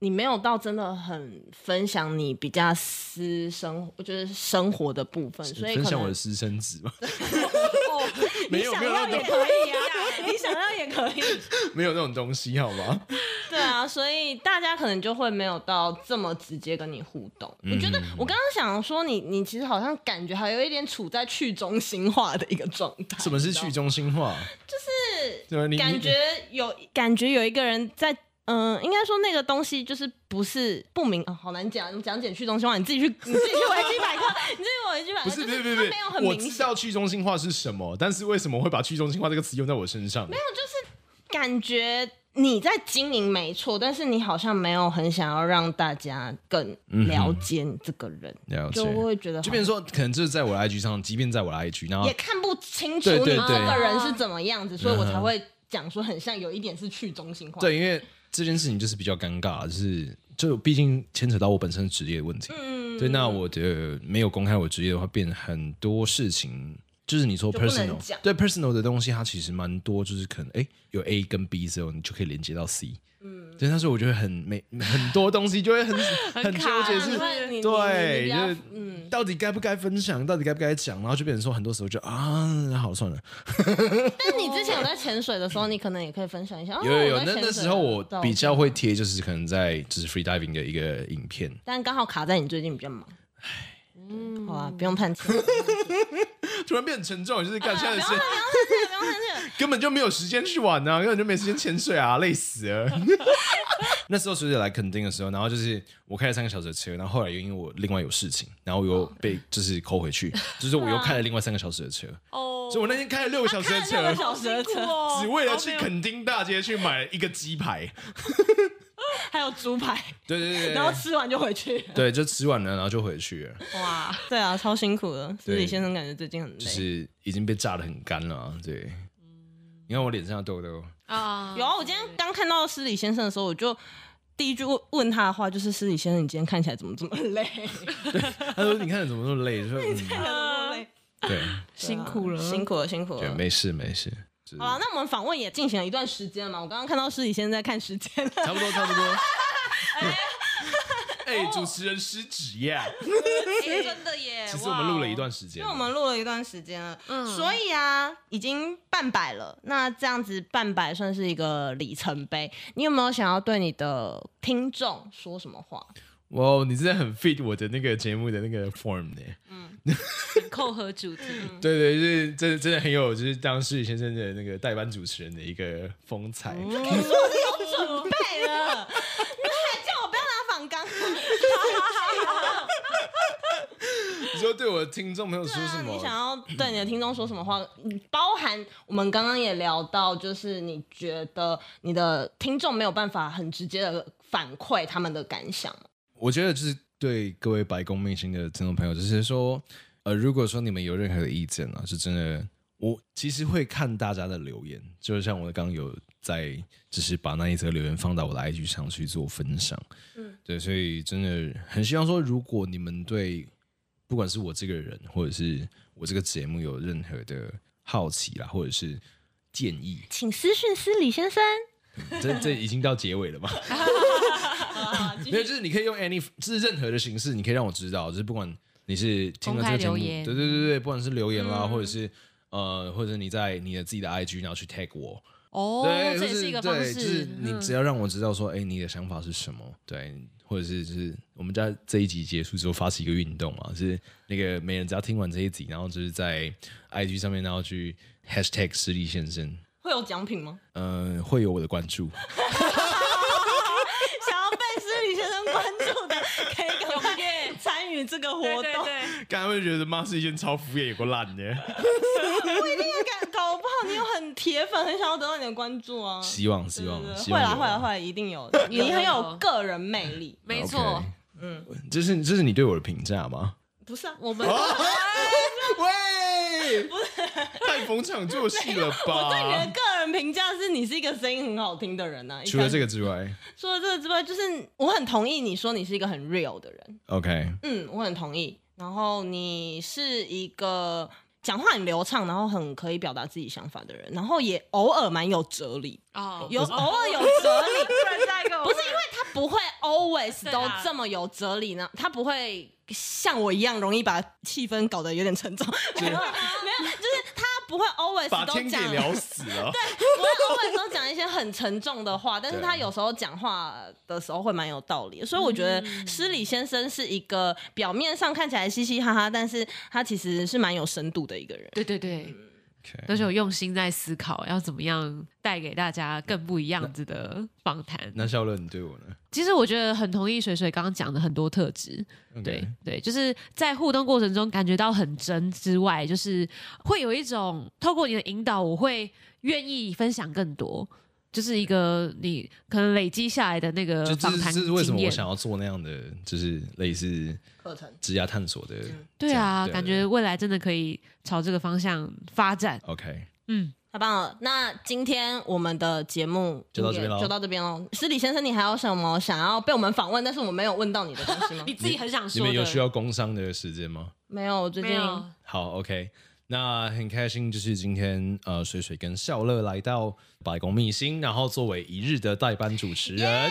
你没有到真的很分享你比较私生活，就是生活的部分。所以可
分
能
享我的私生子嘛，
你
哦 (laughs)
(laughs) 没有
想
没有
要
那
也
种
可以啊，你想要也可以。
没有那种东西，好吗？
对啊，所以大家可能就会没有到这么直接跟你互动。
嗯
我觉得我刚刚想说你，你其实好像感觉还有一点处在去中心化的一个状态。
什么是去中心化？
是
对啊，你
感觉有感觉有一个人在，嗯、应该说那个东西就是不是不明，哦、好难讲，你讲解去中心化，你自己去
(laughs)
你自己去维基百科，你自己去维基百
不
科，
是
就
不是不
它
是
没有很，
我
明
知
显。
道去中心化是什么，但是为什么会把去中心化这个词用在我身上？没有，
感觉你在经营没错，但是你好像没有很想要让大家更
嗯
了解你这个人，
了
就会觉得好
就变成说，可能就是在我的 IG 上，即便在我的 IG，然后
也看不清楚
啊对
你
对
这
对嗯
个人是怎么样子，所以我才会讲说很像有一点是去中心化。，
对，因为这件事情就是比较尴尬，就是就毕竟牵扯到我本身职业的问题。
嗯，
对，那我的没有公开我职业的话，变很多事情，就是你说
就不能
personal，
讲
对 personal 的东西，它其实蛮多，就是可能哎有 A 跟 B 之后，你就可以连接到 C。嗯，对，但是我觉得很没很多东西就会
(laughs)
很很纠
卡
结，
就是是
啊你
对，
你
就
你
是
比较嗯，
到底该不该分享，到底该不该讲，然后就变成说很多时候就啊，那好了算了。
但你之前有在潜水的时候，你可能也可以分享一下。哦
有有有，
我在
那
潜
那
水
时候我
到
比较会贴，就是可能在就是 free diving 的一个影片。
但刚好卡在你最近比较忙。嗯，好啊，不用叹气，不用叹气
(laughs) 突然变得沉重，就是看现在的时间
啊不用叹气。
(laughs) 根本就没有时间去玩啊，根本就没时间潜水啊，累死了。 (laughs) 那时候学姐来垦丁的时候，然后就是我开了三个小时的车，然后后来又因为我另外有事情，然后我又
哦
被就是扣回去，就是
啊
我又开了另外三个小时的车，
哦
所以我那天开了六个小时的车，
六个小时哦的车，
只为了去垦丁大街去买一个鸡排。
(laughs) 还有猪排，
对对对
然后
对，
吃完就回去。
对， (laughs) 就吃完了，然后就回去了，
哇，对啊，超辛苦的。
对
司理先生感觉最近很累，
就是已经被炸的很干了
嗯
啊。对，你看我脸上的痘痘，
啊
有啊。我今天刚看到司理先生的时候，我就第一句问问他的话就是：“司理先 (laughs) 生，你今天看起来怎么这么累？ (laughs)
他说：“你看你怎么那么累？”就说：“嗯
看起来怎么这么累？
对，
辛苦了，
啊辛苦了，辛苦
对，
了。
没事没事，就是
好了，那我们访问也进行了一段时间嘛。我刚刚看到诗里现在在看时间
(laughs)
了，
差不
(laughs)
多差不多。 (laughs) 哎、主持人失职
(laughs)
耶！
哎真的耶。
其实我们录了一
哇哦
段时间啊
因为
了，
我们录了一段时间了，
嗯
所以啊，已经半百了。那这样子半百算是一个里程碑。你有没有想要对你的听众说什么
(laughs)
话？
哇哦，你真的很 fit 我的那个节目的那个 form 呢、
很 (laughs) 扣合主题。
嗯
对对，就是真的真的很有，就是当世宇先生的那个代班主持人的一个风采。
嗯准备了， (laughs) 你还叫我不要拿仿钢？
你说对我的听众朋友说
对
什
啊，
么？
你想要对你的听众说什么话？嗯包含我们刚刚也聊到，就是你觉得你的听众没有办法很直接的反馈他们的感想吗。
我觉得就是对各位白宫明星的听众朋友，就是说，呃，如果说你们有任何的意见呢、是真的，我其实会看大家的留言，就像我刚刚有在，就是把那一则留言放到我的 IG 上去做分享。嗯，对，所以真的很希望说，如果你们对不管是我这个人，或者是我这个节目有任何的好奇啦，或者是建议，
请私讯私李先生。
这这已经到结尾了嘛？
啊继
没有，就是你可以用 any，就是任何的形式，你可以让我知道，就是不管你是听了这个节
公
目，
开留言嗯
对对对对，不管是留言啦，或者是呃，或者你在你的自己的 IG 然后去 tag 我，
哦，
对，或
这也是一个方
对，
式。
就
嗯
是你只要让我知道说，哎、你的想法是什么，对，或者是就是我们在这一集结束之后发起一个运动嘛，就是那个每人只要听完这一集，然后就是在 IG 上面，然后去 hashtag 实力先生，
会有奖品吗？
嗯、会有我的关注。
想要被私李先生关注的，可以赶快参与这个活动。
对对对，
(laughs) 刚才会觉得妈是一件超敷衍、有个烂的。
感搞不好你有很铁粉，很想要得到你的关注啊。
希望，希
对
望
对，对
希
会
望
啦
有啊
会啦会啦，一定有的。
有
你很
有
有个人魅力，
没错。
嗯，这是这是你对我的评价吗？
不是啊？
我们
喂，不是，太逢场作戏了
我对你
吧
的？个人评价是，你是一个声音很好听的人呐、啊。
啊除了这
个，
个之外
除了这个之外，就是我很同意你说你是一个很 real 的人，
，OK，
嗯，我很同意。然后你是一个讲话很流畅，然后很可以表达自己想法的人，然后也偶尔蛮有哲理，
哦，
有偶尔有哲
(laughs)
理，
突然下一个
不是因为他不会 always
对
都
啊
啦
这么有哲理呢，他不会像我一样容易把气氛搞得有点沉重， (laughs) 没有，没有，就是他不会 always
把
都
天给
讲，
聊死
(laughs)
了。
不会 always 都讲一些很沉重的话，但是
对
他有时候讲话的时候会蛮有道理的，所以我觉得施礼先生是一个表面上看起来嘻嘻哈哈，但是他其实是蛮有深度的一个人。
对对对，都
OK，
是有用心在思考要怎么样带给大家更不一样子的访谈。
那笑乐，你对我呢？
其实我觉得很同意水水刚刚讲的很多特质，对对，就是在互动过程中感觉到很真之外，就是会有一种透过你的引导，我会愿意分享更多，就是一个你可能累积下来的那个
就这
访
是
谈
这是
经
为什么我
验。
想要做那样的，就是类似
课程
职涯探索的。
嗯
对啊，
对
感觉未来真的可以朝这个方向发展。
OK，
嗯，？
太棒了！那今天我们的节目
就到这边咯
就到这边喽。施礼先生，你还有什么想要被我们访问，但是我们没有问到你的东 (laughs) 西吗
自己很想
你们有需要工商的时间吗？
没有，我最近
没有
好，OK，那很开心，就是今天呃，水水跟笑乐来到百工秘星，然后作为一日的代班主持人。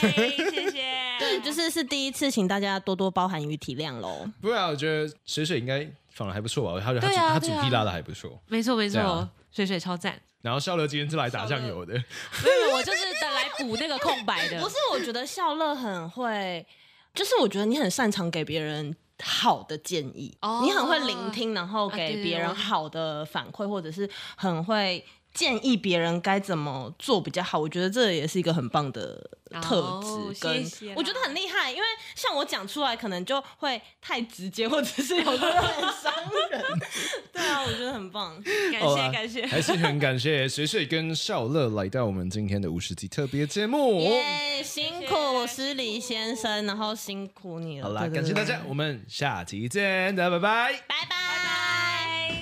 谢 (laughs) 谢。
对，啊就是是第一次，请大家多多包涵与体谅喽。
不会啊，我觉得水水应该仿的还不错吧，他他
对
主、
啊
他主
对啊
题拉的还不错。
没错没
对
错，
啊
水水超赞。
然后笑乐今天是来打酱油的，
没有，我就是等来补那个空白的。
不是，我觉得笑乐很会，就是我觉得你很擅长给别人好的建议，
哦
你很会聆听，然后
啊对
给
对
别人
我
好的反馈，或者是很会建议别人该怎么做比较好。我觉得这也是一个很棒的特
哦
质，跟
谢谢啦
我觉得很厉害，因为像我讲出来可能就会太直接，或者是有时候很伤
(laughs)
人。对啊，我觉得很棒。
感
好啊 (laughs) 还是很感谢水水跟笑乐来到我们今天的五十集特别节目。
耶、辛苦施礼先生，然后辛苦你了。
好啦，
对对
感谢
对
大家，我们下集见，大家拜拜。
拜拜。